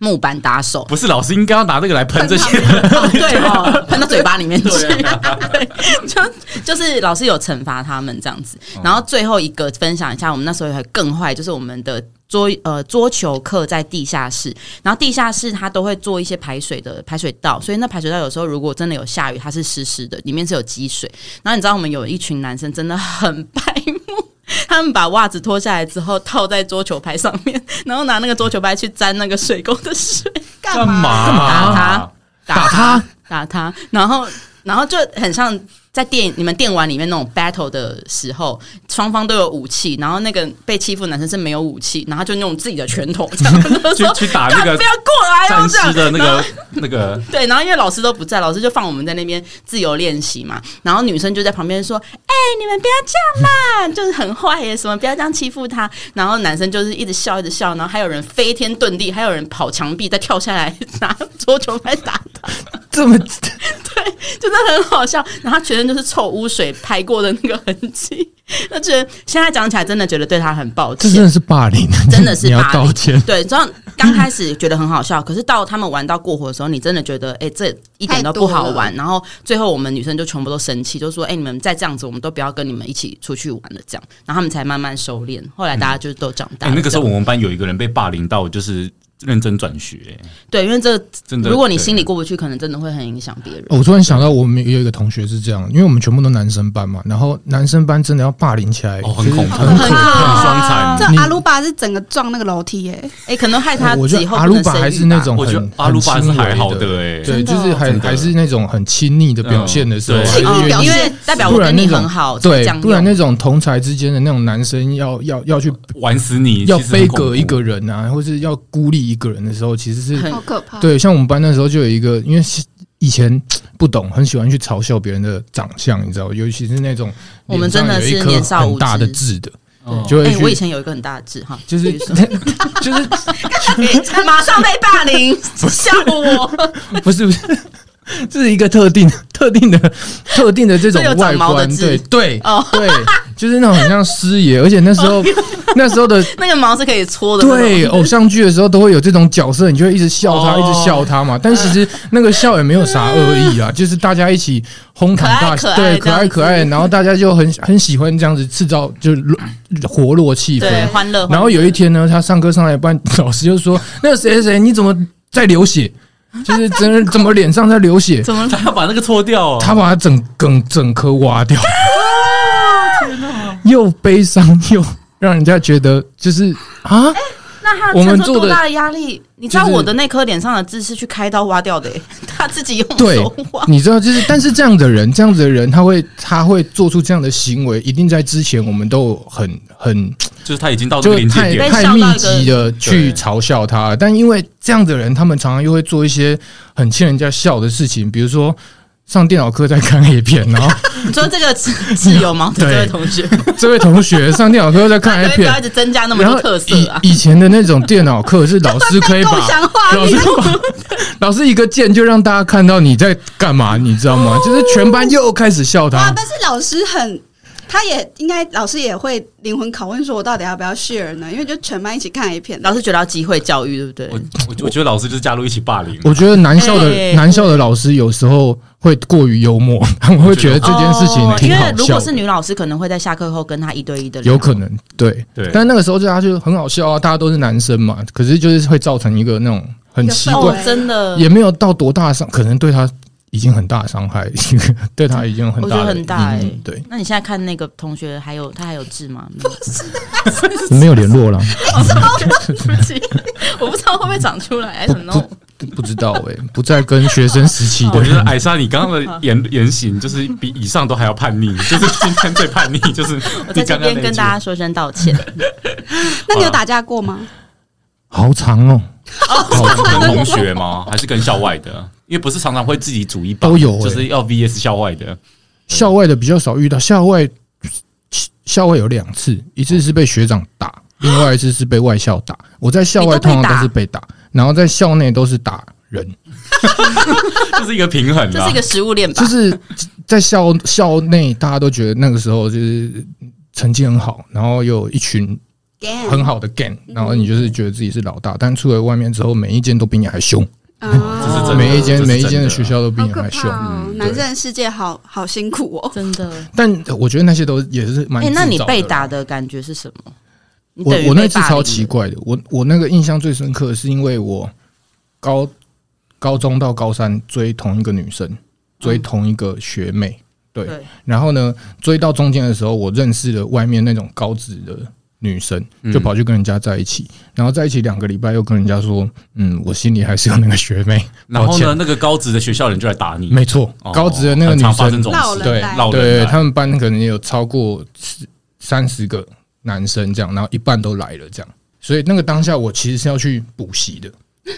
S5: 木板打手，
S1: 不是老师应该要拿这个来喷这些，
S5: 哦，对哦，喷到嘴巴里面去，
S1: 对
S5: *laughs* 对，就就是老师有惩罚他们这样子。然后最后一个分享一下，我们那时候还更坏，就是我们的桌呃桌球课在地下室，然后地下室它都会做一些排水的排水道，所以那排水道有时候如果真的有下雨，它是湿湿的，里面是有积水。然后你知道我们有一群男生真的很白目。 *laughs* 他们把袜子脱下来之后套在桌球拍上面，然后拿那个桌球拍去沾那个水沟的水，
S1: 干
S2: 干嘛？
S5: 打他？
S4: 打他，
S5: 打他，然后然后就很像在电你们电玩里面那种 battle 的时候，双方都有武器，然后那个被欺负的男生是没有武器，然后他就用自己的拳头这样就
S1: *laughs* 去
S5: 说
S1: 去打
S5: *laughs* 干
S1: 那个
S5: 不要过来
S1: 战
S5: 哦这样
S1: 士的那
S5: 然后
S1: 个那个
S5: 对，然后因为老师都不在，老师就放我们在那边自由练习嘛。然后女生就在旁边说：“哎、你们不要
S1: *laughs*
S5: 这样啦，就是很坏耶，什么不要这样欺负他。”然后男生就是一直笑，一直笑，然后还有人飞天遁地，还有人跑墙壁，再跳下来拿桌球拍打他，
S4: 这么
S5: *laughs* 真的很好笑。然后他全身就是臭污水拍过的那个痕迹， *laughs* 他觉得现在讲起来真的觉得对他很抱
S4: 这真
S5: 歉。
S4: 的是霸凌，
S5: *laughs* 真的是
S4: 你要
S5: 霸凌
S4: 道歉。
S5: 对，然后刚开始觉得很好笑，可是到他们玩到过火的时候，你真的觉得，哎、这一点都不好玩。然后最后我们女生就全部都生气，就说，哎、你们再这样子，我们都不要跟你们一起出去玩了。这样，然后他们才慢慢收敛。
S4: 嗯
S5: 后来大家就都长大
S1: 哎、
S5: 了、
S1: 那个时候
S5: 这
S1: 我
S5: 样
S1: 们班有一个人被霸凌到，就是认真转学、
S5: 对，因为这个
S1: 真的。
S5: 如果你心
S1: 里
S5: 里过不去，可能真的会很影响别人。
S4: 哦我突然想到，我们有一个同学是这样，因为我们全部都男生班嘛，然后男生班真的要霸凌起来，
S1: 哦，很
S4: 就是
S1: 恐怖，
S2: 很
S1: 很
S2: 可怕
S1: 双残
S2: 这。
S4: 你
S2: 阿鲁巴是整个撞那个楼梯耶，
S5: 哎、可能害他
S4: 我觉
S5: 以
S4: 得
S5: 后
S4: 阿
S5: 不
S4: 鲁
S5: 能
S4: 巴
S5: 生
S4: 还
S5: 育
S4: 是那
S5: 吧
S4: 种
S1: 我
S4: 很
S1: 觉得阿鲁巴是还好
S4: 很轻
S1: 的
S4: 微
S1: 哎、
S4: 对，
S5: 哦
S2: 真的
S4: 就是还
S1: 真的
S4: 还是那种很亲昵的表现的时候，
S1: 嗯对
S4: 还是
S5: 哦
S4: 愿
S2: 表
S4: 意
S5: 因
S2: 现
S5: 为代表我
S4: 不然
S5: 跟
S4: 那
S5: 你
S4: 种
S5: 很好，所以
S4: 对
S5: 这样，
S4: 不然
S5: 用
S4: 那种同才之间的那种男生要要要去
S1: 玩死你，
S4: 要
S1: 其实很
S4: 背
S1: 恐怖
S4: 隔一个人啊，或是要孤立一个人的时候，其实是
S5: 很
S2: 好可怕。，
S4: 对，像我们班那时候就有一个，因为是以前不懂，很喜欢去嘲笑别人的长相，你知道，尤其是那种
S5: 我们
S4: 脸
S5: 真
S4: 上
S5: 的
S4: 有一
S5: 是
S4: 颗
S5: 年少
S4: 很
S5: 无
S4: 大
S5: 知
S4: 的痣的，
S1: 哦
S4: 就会
S5: 哎、
S4: 去
S5: 我以前有一个很大的痣哈，
S4: 就
S5: 比
S4: 是
S5: 如
S4: *laughs*
S5: 说哎
S4: 就是 *laughs*
S5: 马上被霸凌，笑我。
S4: *laughs* 不是不是，这是一个特定特定的特定的
S5: *laughs*
S4: 这种
S5: 这有长
S4: 外
S5: 毛的
S4: 观，
S5: 痣
S4: 对对
S5: 哦
S4: 对，就是那种很像师爷，而且那时候那时候
S5: *laughs*
S4: 的
S5: 那个毛是可以搓的，
S4: 对，偶像剧的时候都会有这种角色，你就会一直笑他，
S1: 哦
S4: 一直笑他嘛。但其实那个笑也没有啥恶
S5: *laughs*
S4: 意啊，就是大家一起哄堂大
S5: 可
S4: 笑，
S5: 爱可爱
S4: 对，可爱可爱，然后大家就很很喜欢这样子制造就是活络气氛。
S5: 对，欢乐。
S4: 然后有一天呢，他上课上来班， *laughs* 老师就说：“那个谁谁谁，你怎么在流血？就是真的怎么脸上在流
S5: *laughs*
S4: 血？”
S5: 怎么
S1: 他要把那个搓掉、哦，
S4: 他把他整整整颗挖掉， *laughs* 又悲伤又让人家觉得就是啊。
S5: 那他
S4: 我们
S5: 承受
S4: 做
S5: 多
S4: 的
S5: 大的压力？你知道
S4: 就是
S5: 我的那颗脸上的痣是去开刀挖掉的、欸， *laughs* 他自己用
S4: 对
S5: 手挖，。
S4: 你知道，就是但是这样的人，这样子的人，他会他会做出这样的行为，一定在之前我们都有很很
S1: 就是他已经到这
S4: 就
S1: 个哦
S4: 是
S1: 临界
S4: 太
S1: 点，
S5: 被
S4: 太
S5: 笑
S4: 密
S5: 到一个
S4: 集的去嘲笑他，但因为这样的人，他们常常又会做一些很欠人家笑的事情，比如说上电脑课在看 A 片，然后
S5: 你说这个痣痣有毛的这位同学，
S4: 这位同学上电脑课在
S5: *laughs*
S4: 看
S5: 他
S4: A
S5: 可不
S4: 片
S5: 要一，直增加那么
S4: 然后
S5: 多特色啊？
S4: 以以前的那种电脑课是老师可以把
S5: *laughs*
S2: 共享画
S4: 老
S2: 面
S4: 师把老师一个键就让大家看到你在干嘛，你知道
S5: 哦
S4: 吗？就是全班又开始笑
S2: 哇！
S4: 他。
S2: 但是老师很，他也应该老师也会灵魂拷问，说我到底要不要 share 呢？因为就全班一起看 A 片，
S5: 老师觉得要机会教育，对不对
S1: 我？我我觉得老师就是加入一起霸凌，
S4: 我觉得男校的、
S5: 哎
S4: 男校的老师有时候会过于幽默，他们会觉得这件事情
S5: 哦因
S4: 挺好
S5: 为
S4: 笑的。
S5: 如果是女老师，可能会在下课后跟他一对一的聊
S4: 有可能对，
S1: 对
S4: 但那个时候就大家就很好笑啊，大家都是男生嘛，可是就是会造成一个那种很奇
S2: 一个氛
S4: 怪
S5: 哦
S2: 围，
S5: 真的
S4: 也没有到多大伤，可能对他已经很大的伤害， *laughs* 对他已经有很
S5: 我觉
S4: 大
S5: 得
S4: 的
S5: 很大哎、
S4: 阴影对，
S5: 那你现在看那个同学，还有他还有痣吗？没有
S4: 没有联络了，
S5: 对不起， *laughs* 我不知道会不会长出来，哎，
S4: 不
S5: 怎么弄？
S4: 不不知道哎、不再跟学生时期的
S1: 我觉得
S4: 人。
S1: 艾莎，你刚
S5: *laughs*
S1: 刚的言言行就是比以上都还要叛逆， *laughs* 就是今天最叛逆，就是
S5: 我
S1: 你
S5: 在这
S1: 刚刚
S5: 边跟大家
S1: 家
S5: 说声道
S4: *laughs*
S5: 歉。
S4: 啊
S2: 那你有打架过吗？
S4: 好长哦，
S1: 跟同学吗？ *laughs* 还是跟校外的？因为不是常常会自己组一帮，
S4: 都有欸
S1: 就是要 VS 校外的。
S4: 校外的比较少遇到，校外校外有两次，一次是被学长打，另外一次是被外校打。我在校
S5: 你
S4: 外
S5: 都被
S4: 通常
S5: 打
S4: 都是被打，然后在校内都是打人。
S5: 啊
S1: 这是一个平衡啊
S5: 这
S1: 啦
S5: 是一。个食物链吧？
S4: 就是在校校内，大家都觉得那个时候就是成绩很好，然后又有一群很好的 gang，然后你就是觉得自己是老大。但出来外面之后，每一间都比你还凶，
S1: 这是
S2: 啊
S1: 真的
S4: 每一
S1: 这
S4: 间
S1: 是真的
S4: 每一间的学校都比
S2: 好
S4: 你
S2: 可
S4: 还凶
S2: 怕。哦！男生的世界好好辛苦
S5: *laughs*
S2: 哦。
S5: 真的。
S4: 但我觉得那些都也是蛮
S5: 哎、
S4: 自找的啦……
S5: 那你被打的感觉是什么？你
S4: 我
S5: 等于
S4: 我那
S5: 被
S4: 次
S5: 霸凌
S4: 超
S5: 了
S4: 奇怪的，我我那个印象最深刻，是因为我
S5: 嗯
S4: 高高中到高三追同一个女生，追同一个学妹，对
S5: 对，
S4: 然后呢，追到中间的时候，我认识了外面那种高职的女生，
S5: 嗯
S4: 就跑去跟人家在一起，然后在一起两个礼拜，又跟人家说，嗯，我心里还是有那个学妹。
S1: 然后
S4: 抱
S1: 呢，
S4: 歉？
S1: 那个高职的学校人就来打你，
S4: 没错，
S1: 哦
S4: 高职的那个
S1: 很
S4: 女
S1: 常发生
S4: 生
S1: 这，种
S2: 闹
S1: 事，
S2: 人啊
S4: 对
S2: 来
S1: 老人啊
S4: 对，
S1: 来
S4: 他们班可能有超过三十个男生这样，然后一半都来了这样，所以那个当下我其实是要去补
S2: *laughs*
S4: 习的。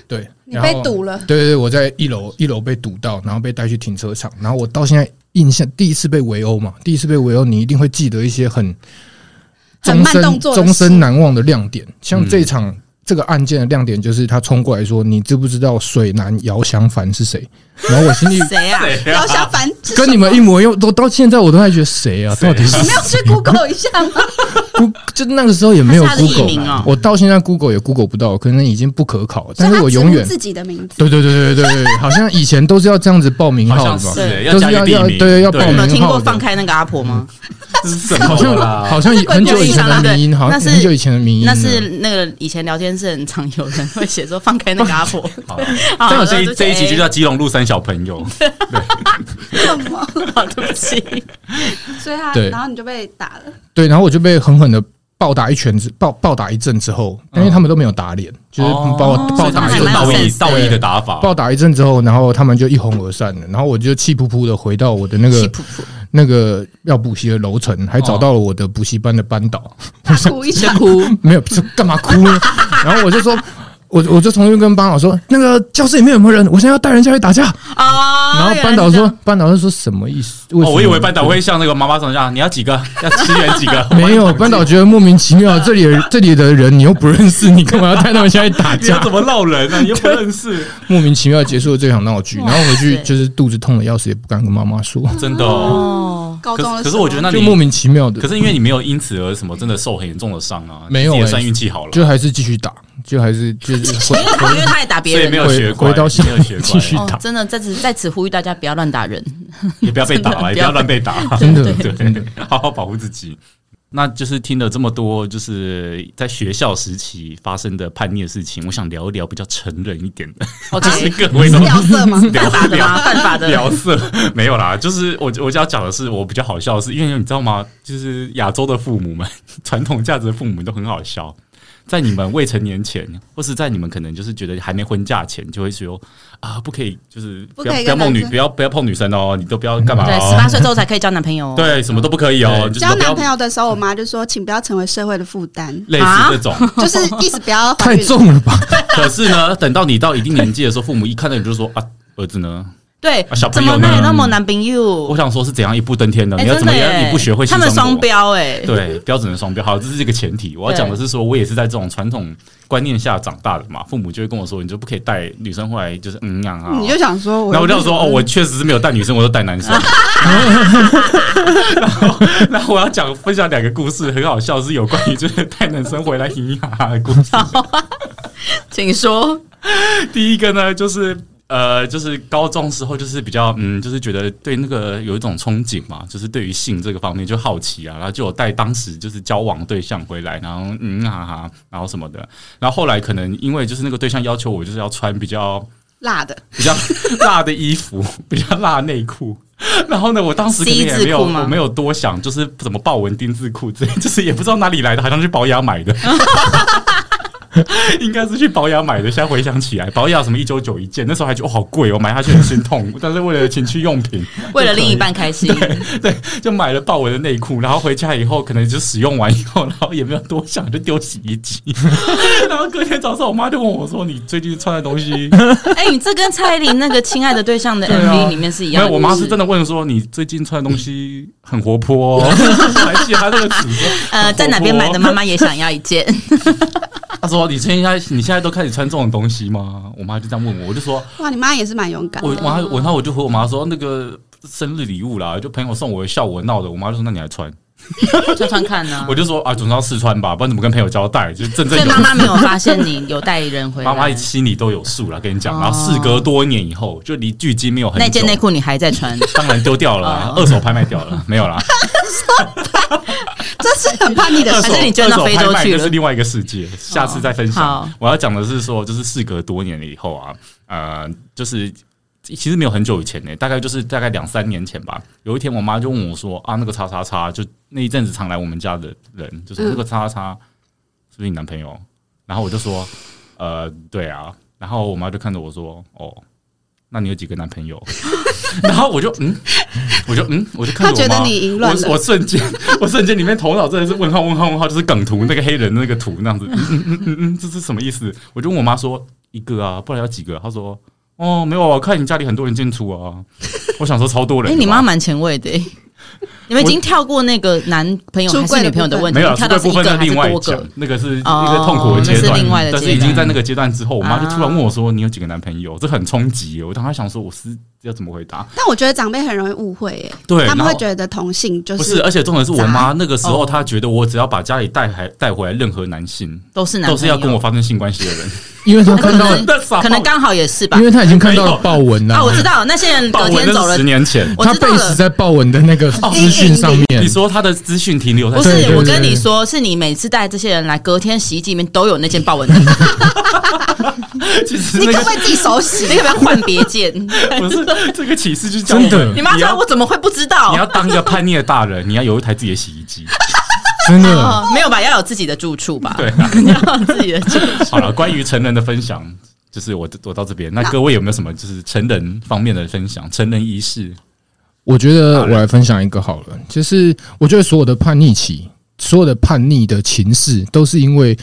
S4: 对，
S2: 你
S4: 然
S2: 被
S4: 后
S2: 堵了
S4: 对对对，我在一楼一楼被堵到，然后被带去停车场，然后我到现在印象第一次被围殴嘛，第一次被围殴，你一定会记得一些很
S2: 很
S4: 终
S2: 慢
S4: 身
S2: 动作的
S4: 终身
S2: 事
S4: 难忘的亮点。像这场、这个案件的亮点就是他冲过来说：“你知不知道水男姚翔凡是谁？”然后我心里
S1: *laughs*
S5: 谁
S4: *laughs*
S5: 啊？
S2: 姚小凡是
S4: 跟你们
S2: 什
S4: 一
S2: 么
S4: 模一样，都到现在我都还觉得谁啊？
S1: 谁
S4: 到底是
S2: 你
S4: *laughs*
S2: 没有去 Google 一下吗？
S4: 不就那个时候也没有
S5: 他是他的艺
S4: Google，
S5: 名哦
S4: 我到现在 Google 也 Google 不到，可能已经不可考了。
S2: 所
S4: 但
S2: 以
S4: 是
S2: 他
S4: 我
S2: 植入
S4: 永远
S2: 自己的名字，
S4: 对对对对对对对，好像以前都是要这样子报名
S1: 好
S4: 号
S1: 像
S4: 的吧？
S1: 是欸
S4: 都是
S1: 加
S4: 要
S1: 一个
S4: 要
S1: 地名，
S4: 对要
S5: 你
S4: 报
S5: 们
S4: 名
S5: 有听
S4: 号
S5: 过
S4: 的
S5: 放开那个阿婆吗？
S1: *laughs*
S4: 嗯
S1: 这是什
S4: 好像
S1: 么啦？
S4: 好像很久以前的名音，好
S5: 那
S4: 像
S5: 是
S4: 很久以前的名音了。
S5: 那是那个以前聊天室很常有人会写说放开那个阿
S4: *laughs*
S5: 婆，
S1: 好
S5: *laughs* 好
S1: 这样这
S5: 然后
S1: 一这一集就
S5: 哎
S1: 叫基隆路三小朋友，
S2: 什么？
S5: *laughs* 好对不起，
S2: 所以他
S4: 对
S2: 然后你就被打了，
S4: 对，然后我就被狠狠的暴打一拳之暴暴打一阵之后，因为他们都没有打脸，就是把我
S1: 嗯哦
S4: 暴
S1: 所以他
S4: 打
S1: 们是
S4: 一阵，
S5: 蛮
S1: 道
S5: 有
S1: 义
S5: sense 的
S1: 道义的打法，
S4: 暴打一阵之后，然后他们就一哄而散了。然后我就气扑扑的回到我的那
S5: 气
S4: 个
S5: 噗噗，
S4: 那个要补习的楼层，还找到了我的补习班的班导。
S2: 大哭一场。
S5: 哭，
S4: 没有，这干嘛哭呢？ *laughs* 然后我就说，我我就重新跟班导说，那个教室里面有没有人？我现在要带人下去打架。
S5: 啊
S4: 然后班导说，班导就说什么意思？为什
S1: 哦，
S4: 么，
S1: 我以为班导会像那个妈妈长一样，你要几个，要支援几个
S4: *laughs* 没有，班导觉得莫名
S1: *laughs*
S4: 其妙，这里的这里的人你又不认识，你干嘛要带他们下去打
S1: 你要 *laughs*
S4: 架
S1: 怎？么闹人啊呢？你又不认识，
S4: 莫名其妙结束了这场闹剧，然后回去
S5: 哇塞
S4: 就是肚子痛的要死，也不敢跟妈妈说，
S1: 真的哦。
S4: *laughs*
S5: 哦，
S2: 高
S1: 可
S2: 中的
S1: 是可
S2: 时
S1: 是
S2: 候
S1: 我觉得那
S4: 就莫
S1: 你，
S4: 名其妙的
S1: 可，是因为你没有因此而什么真的受很严重的伤啊，
S4: 没有
S1: 你也
S4: 欸
S1: 算运气好了，
S4: 就还是继续打，就还是就是回
S5: *laughs* 因为他也打别
S1: 所以没
S5: 人。
S1: 有学乖，
S4: 回回到
S1: 没有学
S4: 继续
S1: 乖，
S5: 哦，真的，在此在此呼吁大家不要乱
S1: *laughs*
S5: 打人。
S1: 也不要被打了，也不要乱被打，
S4: 真的
S1: 对
S4: 真的，
S1: *laughs* 好好保护自己。那就是听了这么多，就是在学校时期发生的叛逆的事情，我想聊一聊比较成人一点的，哦
S5: 哎
S1: 就是各位
S2: 是
S1: 都
S2: *laughs* 聊色吗？
S1: *laughs* 聊
S5: 犯法的
S1: 聊
S5: 吗？犯法的。
S1: 聊色没有啦，就是我我就要讲的是，我比较好笑的是，因为你知道吗？就是亚洲的父母们，传统价值的父母们都很好笑，在你们未成年前，或是在你们可能就是觉得还没婚嫁前，就会说啊，不可以，就是
S2: 不
S1: 不要
S2: 可以
S1: 不要
S2: 跟
S1: 碰女，
S2: 男生
S1: 不要不要碰女生哦，你都不要干嘛
S5: 嗯对，十八
S1: 哦，
S5: 岁之后才可以交男朋友哦。
S1: 对，什么都不可以哦，
S4: 对
S1: 就是
S2: 交
S1: 都不
S2: 男朋
S1: 要，
S2: 友的时候，我妈就说：“请不要成为社会的负担
S1: *laughs* 类似这种。
S2: 就是意思不要怀
S4: 太
S2: 孕。
S4: 重了吧？
S1: 可是呢，等到你到一定年纪的时候，父母一看到你就说啊，儿子呢？
S5: 对
S1: 啊小，朋
S5: 怎
S1: 友
S5: 么
S1: 呢
S5: 那有那么男朋友
S1: 我？想说是怎样一步登天的？
S5: 哎
S1: 你要
S5: 真
S1: 怎么
S5: 的
S1: 样？
S5: 耶，
S1: 你不学会
S5: 他
S1: 性
S5: 们
S1: 生活
S5: 双标 *laughs* 哎，
S1: 对，标准的双标。好，这是一个前提。我要讲的是说，我也是在这种传统观念下长大的嘛，父母就会跟我说，你就不可以带女生回来，就是嗯呀啊。
S2: 你就想说，
S1: 然后我就说，哦，我确实是没有带女生，我都带男
S2: *laughs*
S1: 生。 *laughs* 然后，然后我要讲分享两个故事，很好笑，是有关于就是带男生回来咿呀哈哈的故事。
S5: 请说。
S1: 第一个呢，就是呃，就是高中时候就是比较嗯，就是觉得对那个有一种憧憬嘛，就是对于性这个方面就好奇啊，然后就有带当时就是交往对象回来，然后嗯哈哈，然后什么的，然后后来可能因为就是那个对象要求我就是要穿比较
S2: 辣的，
S1: 比较辣的衣服，比较辣内裤。然后呢，我当时可能
S5: C
S1: 也没有，
S5: 字裤吗
S1: 我没有多想，就是什么豹纹丁字裤之类，就是也不知道哪里来的，好像去保养买的。 *laughs* 应该是去保养买的，现在回想起来，保养什么一九九一件，那时候还觉得哦好贵哦，买下去很心痛。但是为了情趣用品，
S5: 为了另一半开心，
S1: 对，就买了豹纹的内裤，然后回家以后可能就使用完以后，然后也没有多想，就丢洗衣机。 *laughs* 然后隔天早上，我妈就问我说：“你最近穿的东西
S5: *laughs* 哎、你这跟蔡依林那个《亲爱的对象》的
S1: 对啊
S5: MV 里面是一样
S1: 没
S5: 的
S1: 有，
S5: 故事。
S1: 我妈是真的问说你最近穿的东西很活泼、
S5: *laughs*
S1: 哦，我还记得她这个词。
S5: 呃，在哪边买的？？妈妈也想要一
S1: *laughs*
S5: 件。
S1: 哦她说你现在你现在都开始穿这种东西吗？我妈就这样问我，我就说
S2: 哇，你妈也是蛮勇敢
S1: 我
S5: 哦
S2: 的。
S1: 我妈我然后我就回我妈说那个生日礼物啦，就朋友送我笑我闹的，我妈就说那你还穿？
S5: 穿穿看呢、
S1: 我就说啊，总是要试穿吧，不然怎么跟朋友交代？就正正
S5: 所以
S1: 有
S5: 妈
S1: *laughs*
S5: 妈没有发现你有带人回来。
S1: 妈妈心里都有数了，跟你讲。
S5: 哦
S1: 然后事隔多年以后，就离距今没有很久，
S5: 那件内裤你哦还在
S1: *laughs*
S5: 穿，
S1: 当然丢掉了啊，二手拍卖掉了，没有啦。
S2: 这是很叛
S1: *laughs*
S2: 逆的
S1: 二
S2: 事
S1: 手
S5: 还是你捐到非洲去
S1: 二
S5: 了
S1: 手拍卖就是另外一个世界，下次再分享。
S5: 好
S1: 我要讲的是说，就是事隔多年了以后啊，呃，就是。其实没有很久以前呢、大概就是大概两三年前吧。有一天，我妈就问我说：“啊，那个叉叉叉，就那一阵子常来我们家的人，
S5: 嗯
S1: 就说那个叉叉叉是不是你男朋友？”然后我就说：“呃，对啊。”然后我妈就看着我说：“哦，那你有几个男朋友？” *laughs* 然后我就嗯，我就嗯，我就看着
S2: 她觉
S1: 我
S2: 得
S1: 妈，
S2: 你淫乱了
S1: 我我瞬间， *laughs* 我瞬间里面头脑真的是问号问号问号，就是梗图那个黑人那个图那样子，嗯嗯嗯嗯嗯，这是什么意思？我就问我妈说：“一个啊，不然要几个？”她说。哦，没有啊，我看你家里很多人进出啊， *laughs* 我想说超多人
S5: 哎、
S1: 的吧。
S5: 你妈蛮前
S1: *laughs*
S5: 卫的、欸，你们已经跳过那个男朋友还是女朋友的问题，
S1: 没有，啊
S5: 跳
S1: 这
S5: 到
S1: 个部
S5: 是一
S1: 分
S5: 个
S1: 是
S5: 还是
S1: 另外
S5: 多
S1: 讲
S5: 个，，
S1: 那个是一
S5: 哦
S1: 个痛苦的阶
S5: 那
S1: 段
S5: 是另外，的
S1: 但是
S5: 阶
S1: 已经
S5: 段
S1: 在那个阶段之后，我妈就
S5: 啊
S1: 突然问我说：“你有几个男朋友？”这很冲击耶，我当时想说我是要怎么回答？
S2: 但我觉得长辈很容易误会、耶，
S1: 对
S2: 他们
S1: 然后
S2: 会觉得同性就
S1: 不是，而且重点是我
S2: 杂
S1: 妈那个时
S5: 哦
S1: 候她觉得我只要把家里带还带回来任何男性，
S5: 都是男
S1: 都是要
S5: 朋
S1: 跟
S5: 友
S1: 我发生性关系的
S5: *laughs*
S1: 人，
S4: 因为他看
S5: 可
S4: 到，
S5: 能
S1: *laughs* 那傻
S5: 可能
S1: 爆
S5: 刚好也是吧
S4: 因。为他已经看到了豹纹了
S5: 啊，，我知道那些人
S1: 爆
S5: 隔
S1: 文
S5: 天走
S1: 那
S5: 了
S1: 是十，年前。
S5: 我
S4: 他
S5: 知道
S4: 被死
S5: 了。哦
S4: 在豹纹的那个哦资讯上面
S1: 你。说她的资讯停留在
S5: 不
S4: 对
S5: 是
S4: 对，
S5: 我
S4: 对
S5: 跟你
S4: 对
S5: 说，是你每次带这些人来，隔天洗衣机里面都有那件豹纹
S4: *laughs*
S5: 的，你
S1: 其实
S2: 你
S1: 那
S2: 可
S1: 个
S2: 不可以自己手洗？
S5: 可不要换别件？你
S1: 不
S5: *laughs*
S1: 是这个启示，就是叫我
S4: 真的
S1: 们
S5: 妈
S1: 你
S5: 知道
S1: 要
S5: 我怎么会不知道
S1: 你？要当一个叛逆的大人，你要有一台自己的洗衣机。
S4: 真的，
S5: 哦，没有吧？要有自己的住处吧？
S1: 对，
S5: 你 *laughs* 要有自己的住处。
S1: *laughs* 好了，关于成人的分享，就是我我到这边。那各位有没有什么就是成人方面的分享？成人仪式
S4: 我觉得我来分享一个好了，就是我觉得所有的叛逆期，所有的叛逆的情势，都是因为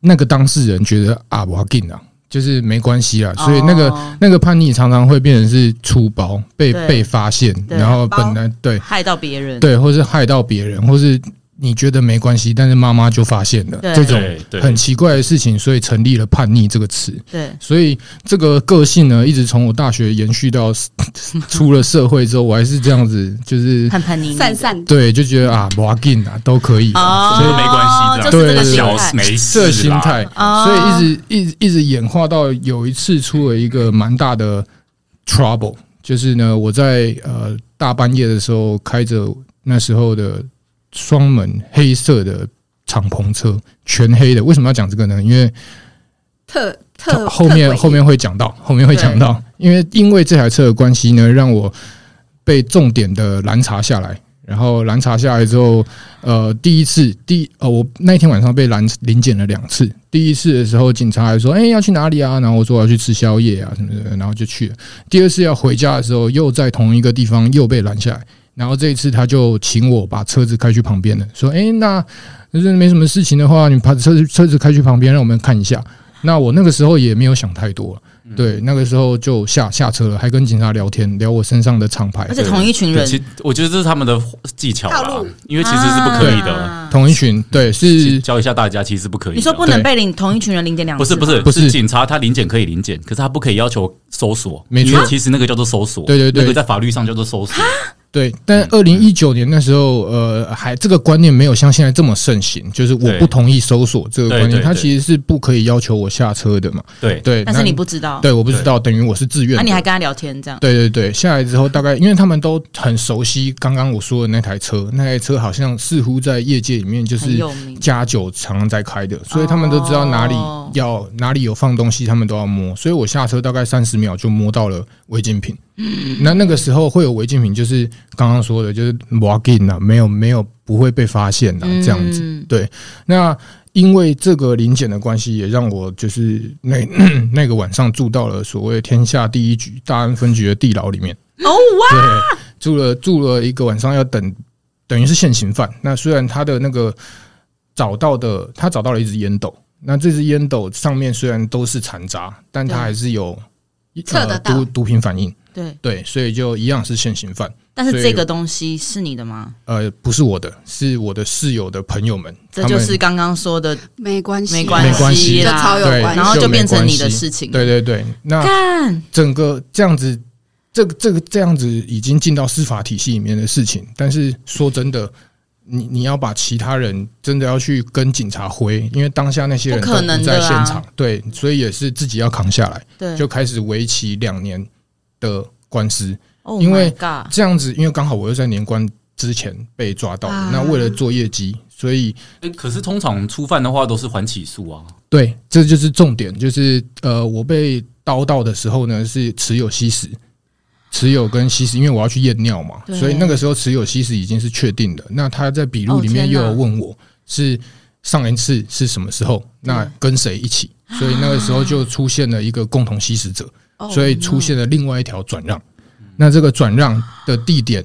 S4: 那个当事人觉得啊，我要进啊，就是没关系啊，所以那个、
S5: 哦
S4: 那个叛逆常常会变成是出包被
S5: 对
S4: 被发现，
S5: 对
S4: 然后本来对
S5: 害到别人，
S4: 对，或是害到别人，或是你觉得没关系，但是妈妈就发现了
S5: 对
S4: 这种
S1: 对对
S4: 很奇怪的事情，所以成立了叛逆这个词。
S5: 对，
S4: 所以这个个性呢，一直从我大学延续到 *laughs* 出了社会之后，我还是这样子，就是
S5: 叛叛逆逆的
S2: 散散
S4: 对，就觉得啊，不要紧啊，都可以啊、
S5: 哦，
S1: 所以没关系，这样
S5: 就是这
S4: 对
S5: 个
S4: 对
S5: 心
S1: 小
S5: 态。
S1: 没事啦
S4: 这心态，
S5: 哦
S4: 所以一直一直一直演化到有一次出了一个蛮大的 trouble，就是呢，我在呃大半夜的时候开着那时候的双门黑色的敞篷车，全黑的。为什么要讲这个呢？因为
S2: 特特
S4: 后
S2: 特
S4: 面
S2: 诡异
S4: 后面会讲到，后面会讲到，因为因为这台车的关系呢，让我被重点的拦查下来。然后拦查下来之后，呃，第一次第呃，我那一天晚上被拦临检了两次。第一次的时候，警察还说：“哎、要去哪里啊？”然后我说：“我要去吃宵夜啊，什么的。”然后就去了。第二次要回家的时候，又在同一个地方又被拦下来。然后这一次他就请我把车子开去旁边了，说：“哎、那就是没什么事情的话，你把车子车子开去旁边，让我们看一下。”那我那个时候也没有想太多，
S1: 嗯
S4: 对，那个时候就下下车了，还跟警察聊天，聊我身上的厂牌
S5: 而，且同一群
S1: 对，
S5: 人
S1: 其我觉得这是他们的技巧
S2: 套
S1: 啦
S2: 路，
S1: 因为其实是不可以的。
S5: 啊
S4: 同一群，
S1: 嗯
S4: 对，是
S1: 教一下大家，其实是不可以的。
S5: 你说不能被领同一群人零点两，
S1: 不是不是
S4: 不是
S1: 警察他临检可以临检，可是他不可以要求搜索，
S4: 没错
S1: 因为其实那个叫做搜索，
S4: 对对对
S1: 那个在法律上叫做搜索。
S4: 对。
S1: 嗯
S4: 但二零一九年那时候，呃，还这个观念没有像现在这么盛行，就是我
S1: 对
S4: 不同意搜索这个观
S1: 对
S4: 念，
S1: 对
S4: 他
S1: 对
S4: 其实是不可以要求我下车的嘛，
S1: 对，
S4: 对。
S5: 但是
S4: 那
S5: 你不知道，
S4: 对，我不知道，等于我是自愿
S5: 啊，
S4: 的。
S5: 你还跟他聊天这样，
S4: 对对对，下来之后大概，因为他们都很熟悉刚刚我说的那台车，那台车好像似乎在业界里面就
S5: 很
S4: 是
S5: 有名
S4: 加九常常在开的，所以他们都知道哪里
S5: 哦
S4: 要哪里有放东西，他们都要摸。所以我下车大概三十秒就摸到了违禁品。
S5: 嗯
S4: 那那个时候会有违禁品，就是刚刚说的，就是 walk in 啊，没有没有不会被发现啊，
S5: 嗯
S4: 这样子。对，那因为这个临检的关系，也让我就是那 *clears throat* 那个晚上住到了所谓天下第一局大安分局的地牢里面，
S5: 哦哇，
S4: 对，住了住了一个晚上，要等，等于是现行犯。那虽然他的那个找到的，他找到了一支烟斗，那这支烟斗上面虽然都是残渣，但他还是有呃
S2: 测得到
S4: 毒毒品反应，
S5: 对，
S4: 对，所以就一样是现行犯。
S5: 但是
S4: 所以
S5: 这个东西是你的吗？
S4: 呃，不是我的，是我的室友的朋友们，
S5: 这
S4: 他
S5: 就
S4: 们
S5: 是刚刚说的，
S2: 没关系，啊
S5: 没
S4: 没关系
S5: 系
S2: 就
S5: 啦
S2: 超，有
S4: 对
S2: 关系。
S5: 然后就
S4: 就没
S5: 变成
S4: 关
S5: 你的
S4: 系
S5: 事情，
S4: 对对对，那
S5: 干，
S4: 整个这样子，这个这个这样子已经进到司法体系里面的事情。但是说真的，你你要把其他人真的要去跟警察回，因为当下那些人
S5: 不
S4: 都
S5: 可能
S4: 不
S5: 的
S4: 在
S5: 啊
S4: 现场，对，所以也是自己要扛下来，
S5: 对，
S4: 就开始为期两年的官司。
S5: Oh
S4: 因为
S5: my God，
S4: 这样子，因为刚好我又在年关之前被抓到的
S2: 啊
S4: 那为了做业绩，所以
S1: 诶可是通常初犯的话都是缓起诉啊，
S4: 对，这就是重点，就是呃，我被刀到的时候呢，是持有吸食，持有跟吸食，因为我要去验尿嘛，
S5: 对
S4: 所以那个时候持有吸食已经是确定的。那他在笔录里
S5: 哦
S4: 面
S5: 天
S4: 又
S5: 哪
S4: 有问我是上一次是什么时候，那跟谁一起，
S5: 啊
S4: 所以那个时候就出现了一个共同吸食者，
S5: 哦 Oh
S4: 所以出现了另外一条转让。那这个转让的地点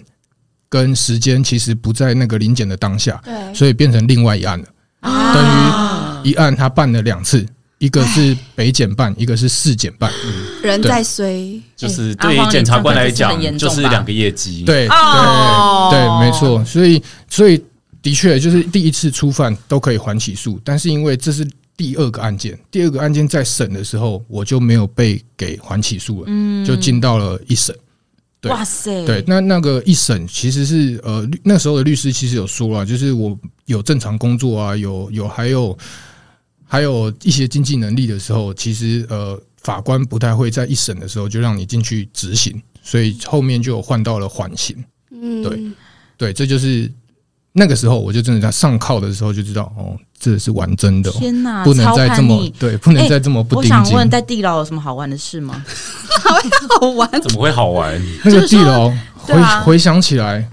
S4: 跟时间其实不在那个临检的当下，
S2: 对，
S4: 所以变成另外一案
S5: 啊
S4: 了。等于一案他办了两次，一个是北检办，一个是市检办。
S2: 人在衰，
S1: 就是
S5: 哎阿
S1: 对
S5: 荒
S1: 检察官来
S5: 你这样
S1: 讲
S5: 子很严
S1: 就
S5: 重吧
S1: 是两个业绩。，
S4: 对对
S5: 哦
S4: 对，没错。所以所以的确就是第一次初犯都可以缓起诉，但是因为这是第二个案件，第二个案件在审的时候我就没有被给缓起诉了，就进到了一审。对
S5: 哇塞，
S4: 对，那那个一审其实是呃，律那时候的律师其实有说啊，就是我有正常工作啊，有有还有还有一些经济能力的时候，其实呃，法官不太会在一审的时候就让你进去执行，所以后面就有换到了缓刑。
S2: 嗯，
S4: 对对，这就是那个时候我就真的在上铐的时候就知道哦，这是玩真的、哦，
S5: 天哪，
S4: 不能
S5: 超
S4: 再
S5: 叛
S4: 这么
S5: 逆
S4: 对，不能
S5: 哎
S4: 再这么不
S5: 我
S4: 盯
S5: 想
S4: 紧。
S5: 问，在地牢有什么好玩的事吗？
S2: 好玩，
S1: 怎么会好玩？
S4: 那个地牢
S5: 对
S4: 回、
S5: 啊
S4: 回想起来，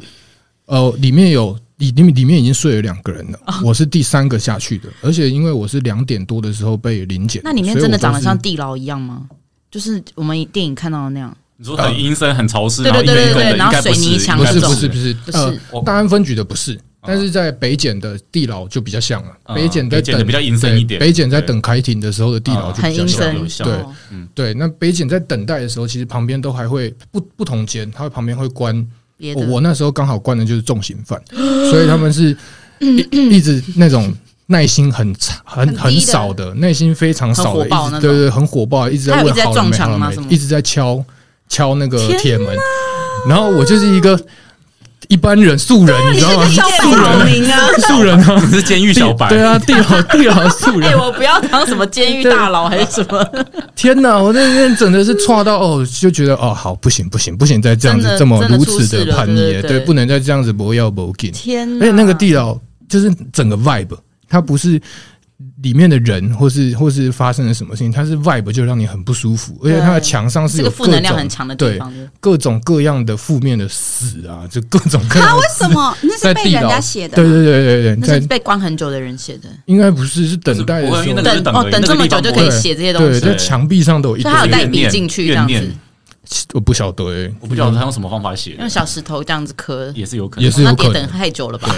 S4: 呃，里面有里里面里面已经睡了两个人
S5: 哦
S4: 了，我是第三个下去的，而且因为我是两点多的时候被临检，
S5: 那里面
S4: 所以
S5: 真的
S4: 我都
S5: 长得
S4: 是
S5: 像地牢一样吗？就是我们电影看到的那样，
S1: 你说
S4: 呃
S1: 很阴森、很潮湿，
S5: 对
S1: 然后一
S5: 对
S1: 个
S5: 对
S1: 一个
S5: 对
S1: 的，
S5: 对然后
S1: 应该不
S5: 水泥
S1: 是，
S5: 墙
S1: 应
S4: 不
S1: 该
S4: 是
S5: 那
S4: 不
S5: 种
S4: 是不是
S5: 不是
S4: 呃
S1: 我，
S4: 大安分局的不是，但是在北检的地牢就比较像了，
S1: 嗯
S4: 北检在
S1: 哦北检的
S4: 等
S1: 比较阴森一点
S4: 对北检在等开庭的时候的地牢就
S5: 哦很
S4: 比较
S5: 阴
S4: 像。
S5: 森
S1: 啊有，效
S4: 对
S5: 哦
S4: 对，那北检在等待的时候，其实旁边都还会不不同间，它旁边会关
S5: 别
S4: 哦我
S5: 的
S4: 我那时候刚好关的就是重刑犯， *gasps* 所以他们是一一直那种耐心很差、很
S2: 很低的
S4: 很少的，耐心非常少
S5: 很火
S4: 的，
S5: 爆
S4: 一
S5: 那
S4: 直
S5: 种
S4: 对对，很火爆，一直在
S5: 他有
S4: 问
S5: 一直在
S4: 好了没
S5: 撞
S4: 好
S5: 墙吗
S4: 了
S5: 什么
S4: 没，一直在敲敲那个铁门，然后我就是一个一般人素
S5: 啊
S4: 人，你知道吗？素
S5: 小
S4: 人，
S5: 明啊，
S4: 素人啊，
S1: 你是监狱小白，
S4: 对啊，地牢地牢素
S5: *laughs* *laughs* 哎，
S4: 人，
S5: 我不要当什么监狱大佬还是什么，
S4: 天哪！我那天真的是错到哦，就觉得哦，好不行不行不行，再这样子
S5: 真的
S4: 这么
S5: 真的
S4: 如
S5: 出
S4: 此
S5: 事
S4: 的
S5: 了
S4: 叛
S5: 对
S4: 逆
S5: 对，对
S4: 对，不能再这样子不要不紧。
S5: 天哪，
S4: 而且那个地牢就是整个 vibe，它不是里面的人或是或是发生了什么事情，它是 vibe 就让你很不舒服，而且它的墙上是
S5: 是
S4: 有
S5: 个
S4: 各
S5: 负
S4: 种
S5: 能量很强的地
S4: 对
S5: 方，对
S4: 各种各样的负面的死啊，就各种各样
S2: 他
S4: 的 *laughs*
S2: 为什么那
S4: 在
S2: 是被
S4: 地
S2: 人
S4: 牢
S2: 家写的？
S4: 对对对对对，
S5: 那
S4: 在
S5: 是被关很久的人写的，
S4: 应该不是是等待的
S1: 不会
S4: 时
S1: 因为那个
S4: 候
S5: 等
S1: 是等
S5: 哦，等这么久就可以写这些东
S4: 对，
S5: 西，
S4: 在墙壁上都有一
S5: 所
S4: 堆
S5: 以，他有带
S1: 怨
S5: 笔
S1: 念
S5: 进去这
S1: 怨
S5: 样
S1: 念
S5: 子，
S4: 我不晓得哎，
S1: 我不晓得他用什么方法写的
S5: 用，小石头这样子磕，
S1: 也是有可能
S4: 也。是有
S5: 那
S4: 可
S5: 得等
S4: 能
S5: 太久了吧？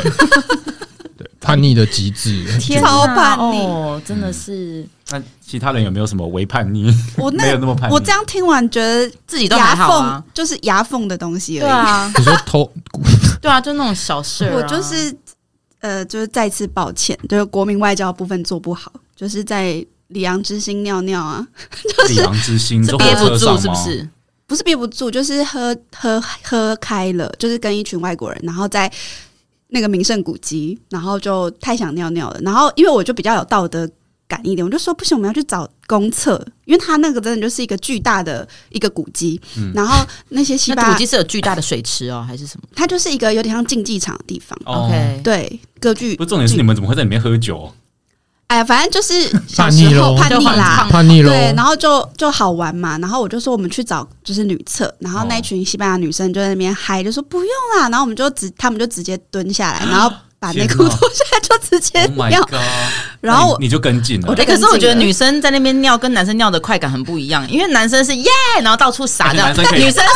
S4: 对叛逆的极致，
S5: 天
S4: 就嗯
S5: 哪
S2: 超叛逆
S5: 哦，真的是
S1: 那其他人有没有什么违叛逆？
S2: 我那
S1: 没有那么叛逆。
S2: 我这样听完觉得
S5: 自己都还
S2: 牙
S5: 好啊
S2: 缝，就是牙缝的东西而已。
S5: 对啊，
S4: 你说
S5: *laughs*
S4: 偷
S5: 对啊，就那种小事儿啊，
S2: 我就是呃，就是再次抱歉，就是国民外交部分做不好，就是在李阳之心尿尿啊，
S1: 里昂之心，
S5: 是
S1: 你
S5: 憋
S1: 说
S5: 不
S1: 火车上
S5: 住，是不
S1: 吗？
S5: 是？
S2: 不是憋不住，就是喝喝喝开了，就是跟一群外国人，然后在。那个名胜古迹，然后就太想尿尿了。然后因为我就比较有道德感一点，我就说不行，我们要去找公厕，因为它那个真的就是一个巨大的一个古迹。然后那些西
S5: 那
S2: 班
S5: 土
S2: 牙
S5: 鸡是有巨大的水池哦，还是什么
S2: 它就是一个有点像竞技场的地方。
S1: 哦
S5: ？OK，
S2: 对，歌剧
S1: 不，重点是你们怎么会在里面喝
S5: *laughs*
S1: 酒？
S2: 哎呀，反正就是小
S4: 叛
S2: 时
S4: 逆
S2: 候
S4: 咯
S2: 叛逆
S5: 就很
S2: 啦
S5: 抗。
S4: 叛逆喽？
S2: 对，然后就就好玩嘛，然后我就说我们去找就是女厕，然后那
S1: 哦
S2: 群西班牙女生就在那边嗨，就说不用啦，然后我们就直，他们就直接蹲下来，然后把内裤
S1: 啊天哪
S2: 脱下来就直接
S1: Oh my
S2: 尿，
S1: god！
S2: 然后
S1: 那你你就跟进了
S2: 我就，
S5: 哎、可是我觉得
S2: 跟进了
S5: 女生在那边尿跟男生尿的快感很不一样，因为男生是耶，然后到处撒掉，
S1: 而且男生可以
S5: 女生是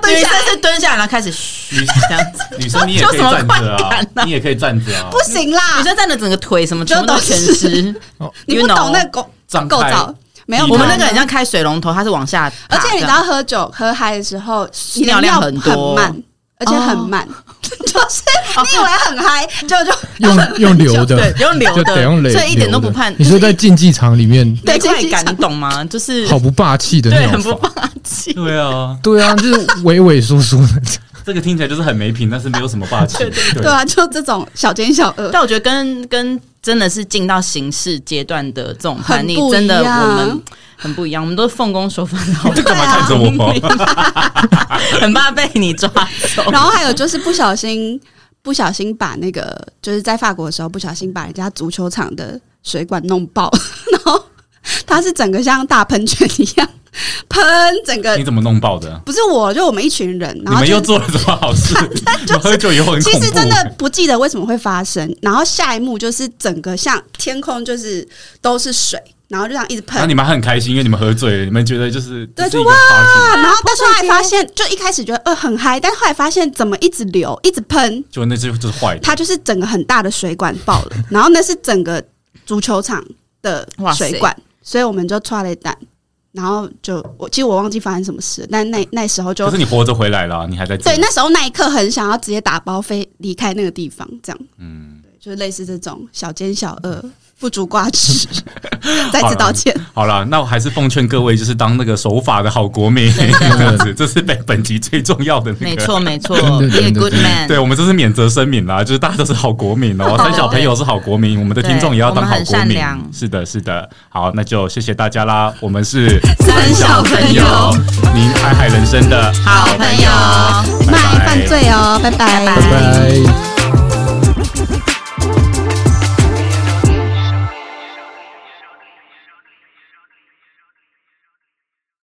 S1: 可以
S5: 女生是蹲下来，然后开始嘘
S1: 女
S5: 这样子。
S1: *laughs* 女生你也可以
S5: 就什么
S1: 站着
S5: 快感啊
S1: 啊，你也可以站着
S5: *laughs*
S1: 啊，
S2: 不行啦
S5: 女，生站的整个腿什么全部都
S2: 就都
S5: 全
S2: 是
S5: 湿， *laughs*
S2: 你
S5: you
S2: 不
S5: know
S2: 懂那个构
S1: 张
S2: 构
S1: 开
S2: 造，没有
S1: 我
S5: 我
S2: 可
S5: 们
S2: 能
S5: 那个很像开水龙头，它是往下爬
S2: 而
S5: 的，
S2: 且你知道喝酒喝嗨的时候，你的
S5: 尿
S2: 尿
S5: 量很
S2: 很
S5: 多哦
S2: 慢，而且很慢， *laughs* 就是你以为很嗨，结果就
S4: 用用流的，
S5: 对，用流
S4: 就得用
S5: 的，
S4: 流，
S5: 所以一点都不怕
S4: 流。的你说在竞技场里面，
S5: 对
S2: 对
S5: 快感，
S2: 竞技
S5: 你懂吗？就是
S4: 好不霸气的
S5: 对，
S4: 那
S5: 很不
S4: 种法，
S5: 霸气。
S1: 对啊，
S4: 对啊，就是畏畏缩缩的。
S1: 这个听起来就是很没品，但是没有什么霸气。
S2: 对啊，就这种小奸小恶，
S5: *laughs* 但我觉得跟跟真的是进到刑事阶段的这种叛逆
S2: 很，不
S5: 真的
S2: 一样
S5: 我们很不一样，我们都是奉公守法的好
S1: 这 *laughs* 干嘛看
S5: *laughs* 啊
S1: 着我？
S5: 很怕被你抓
S1: *laughs*
S5: 走。
S2: 然后还有就是不小心不小心把那个就是在法国的时候不小心把人家足球场的水管弄爆， *laughs* 然后它是整个像大喷泉一样喷整个
S1: 你，怎么弄爆的？
S2: 不是我就我们一群人，
S1: 你
S2: 然后
S1: 们
S2: 就
S1: 又做了什么好事？你们喝酒以后很
S2: 其
S1: 恐怖。
S2: 实真的不记得为什么会发生，然后下一幕就是整个像天空就是都是水，然后就这样一直喷
S1: 然后，你们还很开心，因为你们喝醉了，你们觉得就是
S2: 对
S1: 这是一
S2: 就
S1: 个 party，
S2: 啊然后但是后来发现，就一开始觉得呃很嗨，但后来发现怎么一直流，一直喷，
S1: 就那就就是坏的。
S2: 它就是整个很大的水管爆了， *laughs* 然后那是整个足球场的
S5: 哇塞
S2: 水管，所以我们就抓了一弹，然后就我其实我忘记发生什么事了，但那那时候就
S1: 可是你活着回来了，你还在这
S2: 对
S1: 里
S2: 那时候那一刻很想要直接打包飞离开那个地方，这样
S1: 嗯，
S2: 对就是类似这种小奸小恶。不足挂
S1: *laughs*
S2: 齿， *laughs* 再次道歉。
S1: 好了，那我还是奉劝各位，就是当那个守法的好国民，这样子，这是本本集最重要的那
S5: 没
S1: 个。
S5: 错没错，Be
S4: 真的真
S5: a
S4: 的
S5: good
S4: 真的
S5: man。
S1: 对，我们这是免责声明啦，就是大家都是好国民哦，
S5: 对
S1: 三小朋友是好国民，我们的听众也要当好
S5: 对我
S1: 国
S5: 们很善
S1: 民。
S5: 良
S1: 是的，是的。好，那就谢谢大家啦，我们是
S5: 三小朋友，
S1: 您海海人生的
S5: 好朋友。
S2: 拜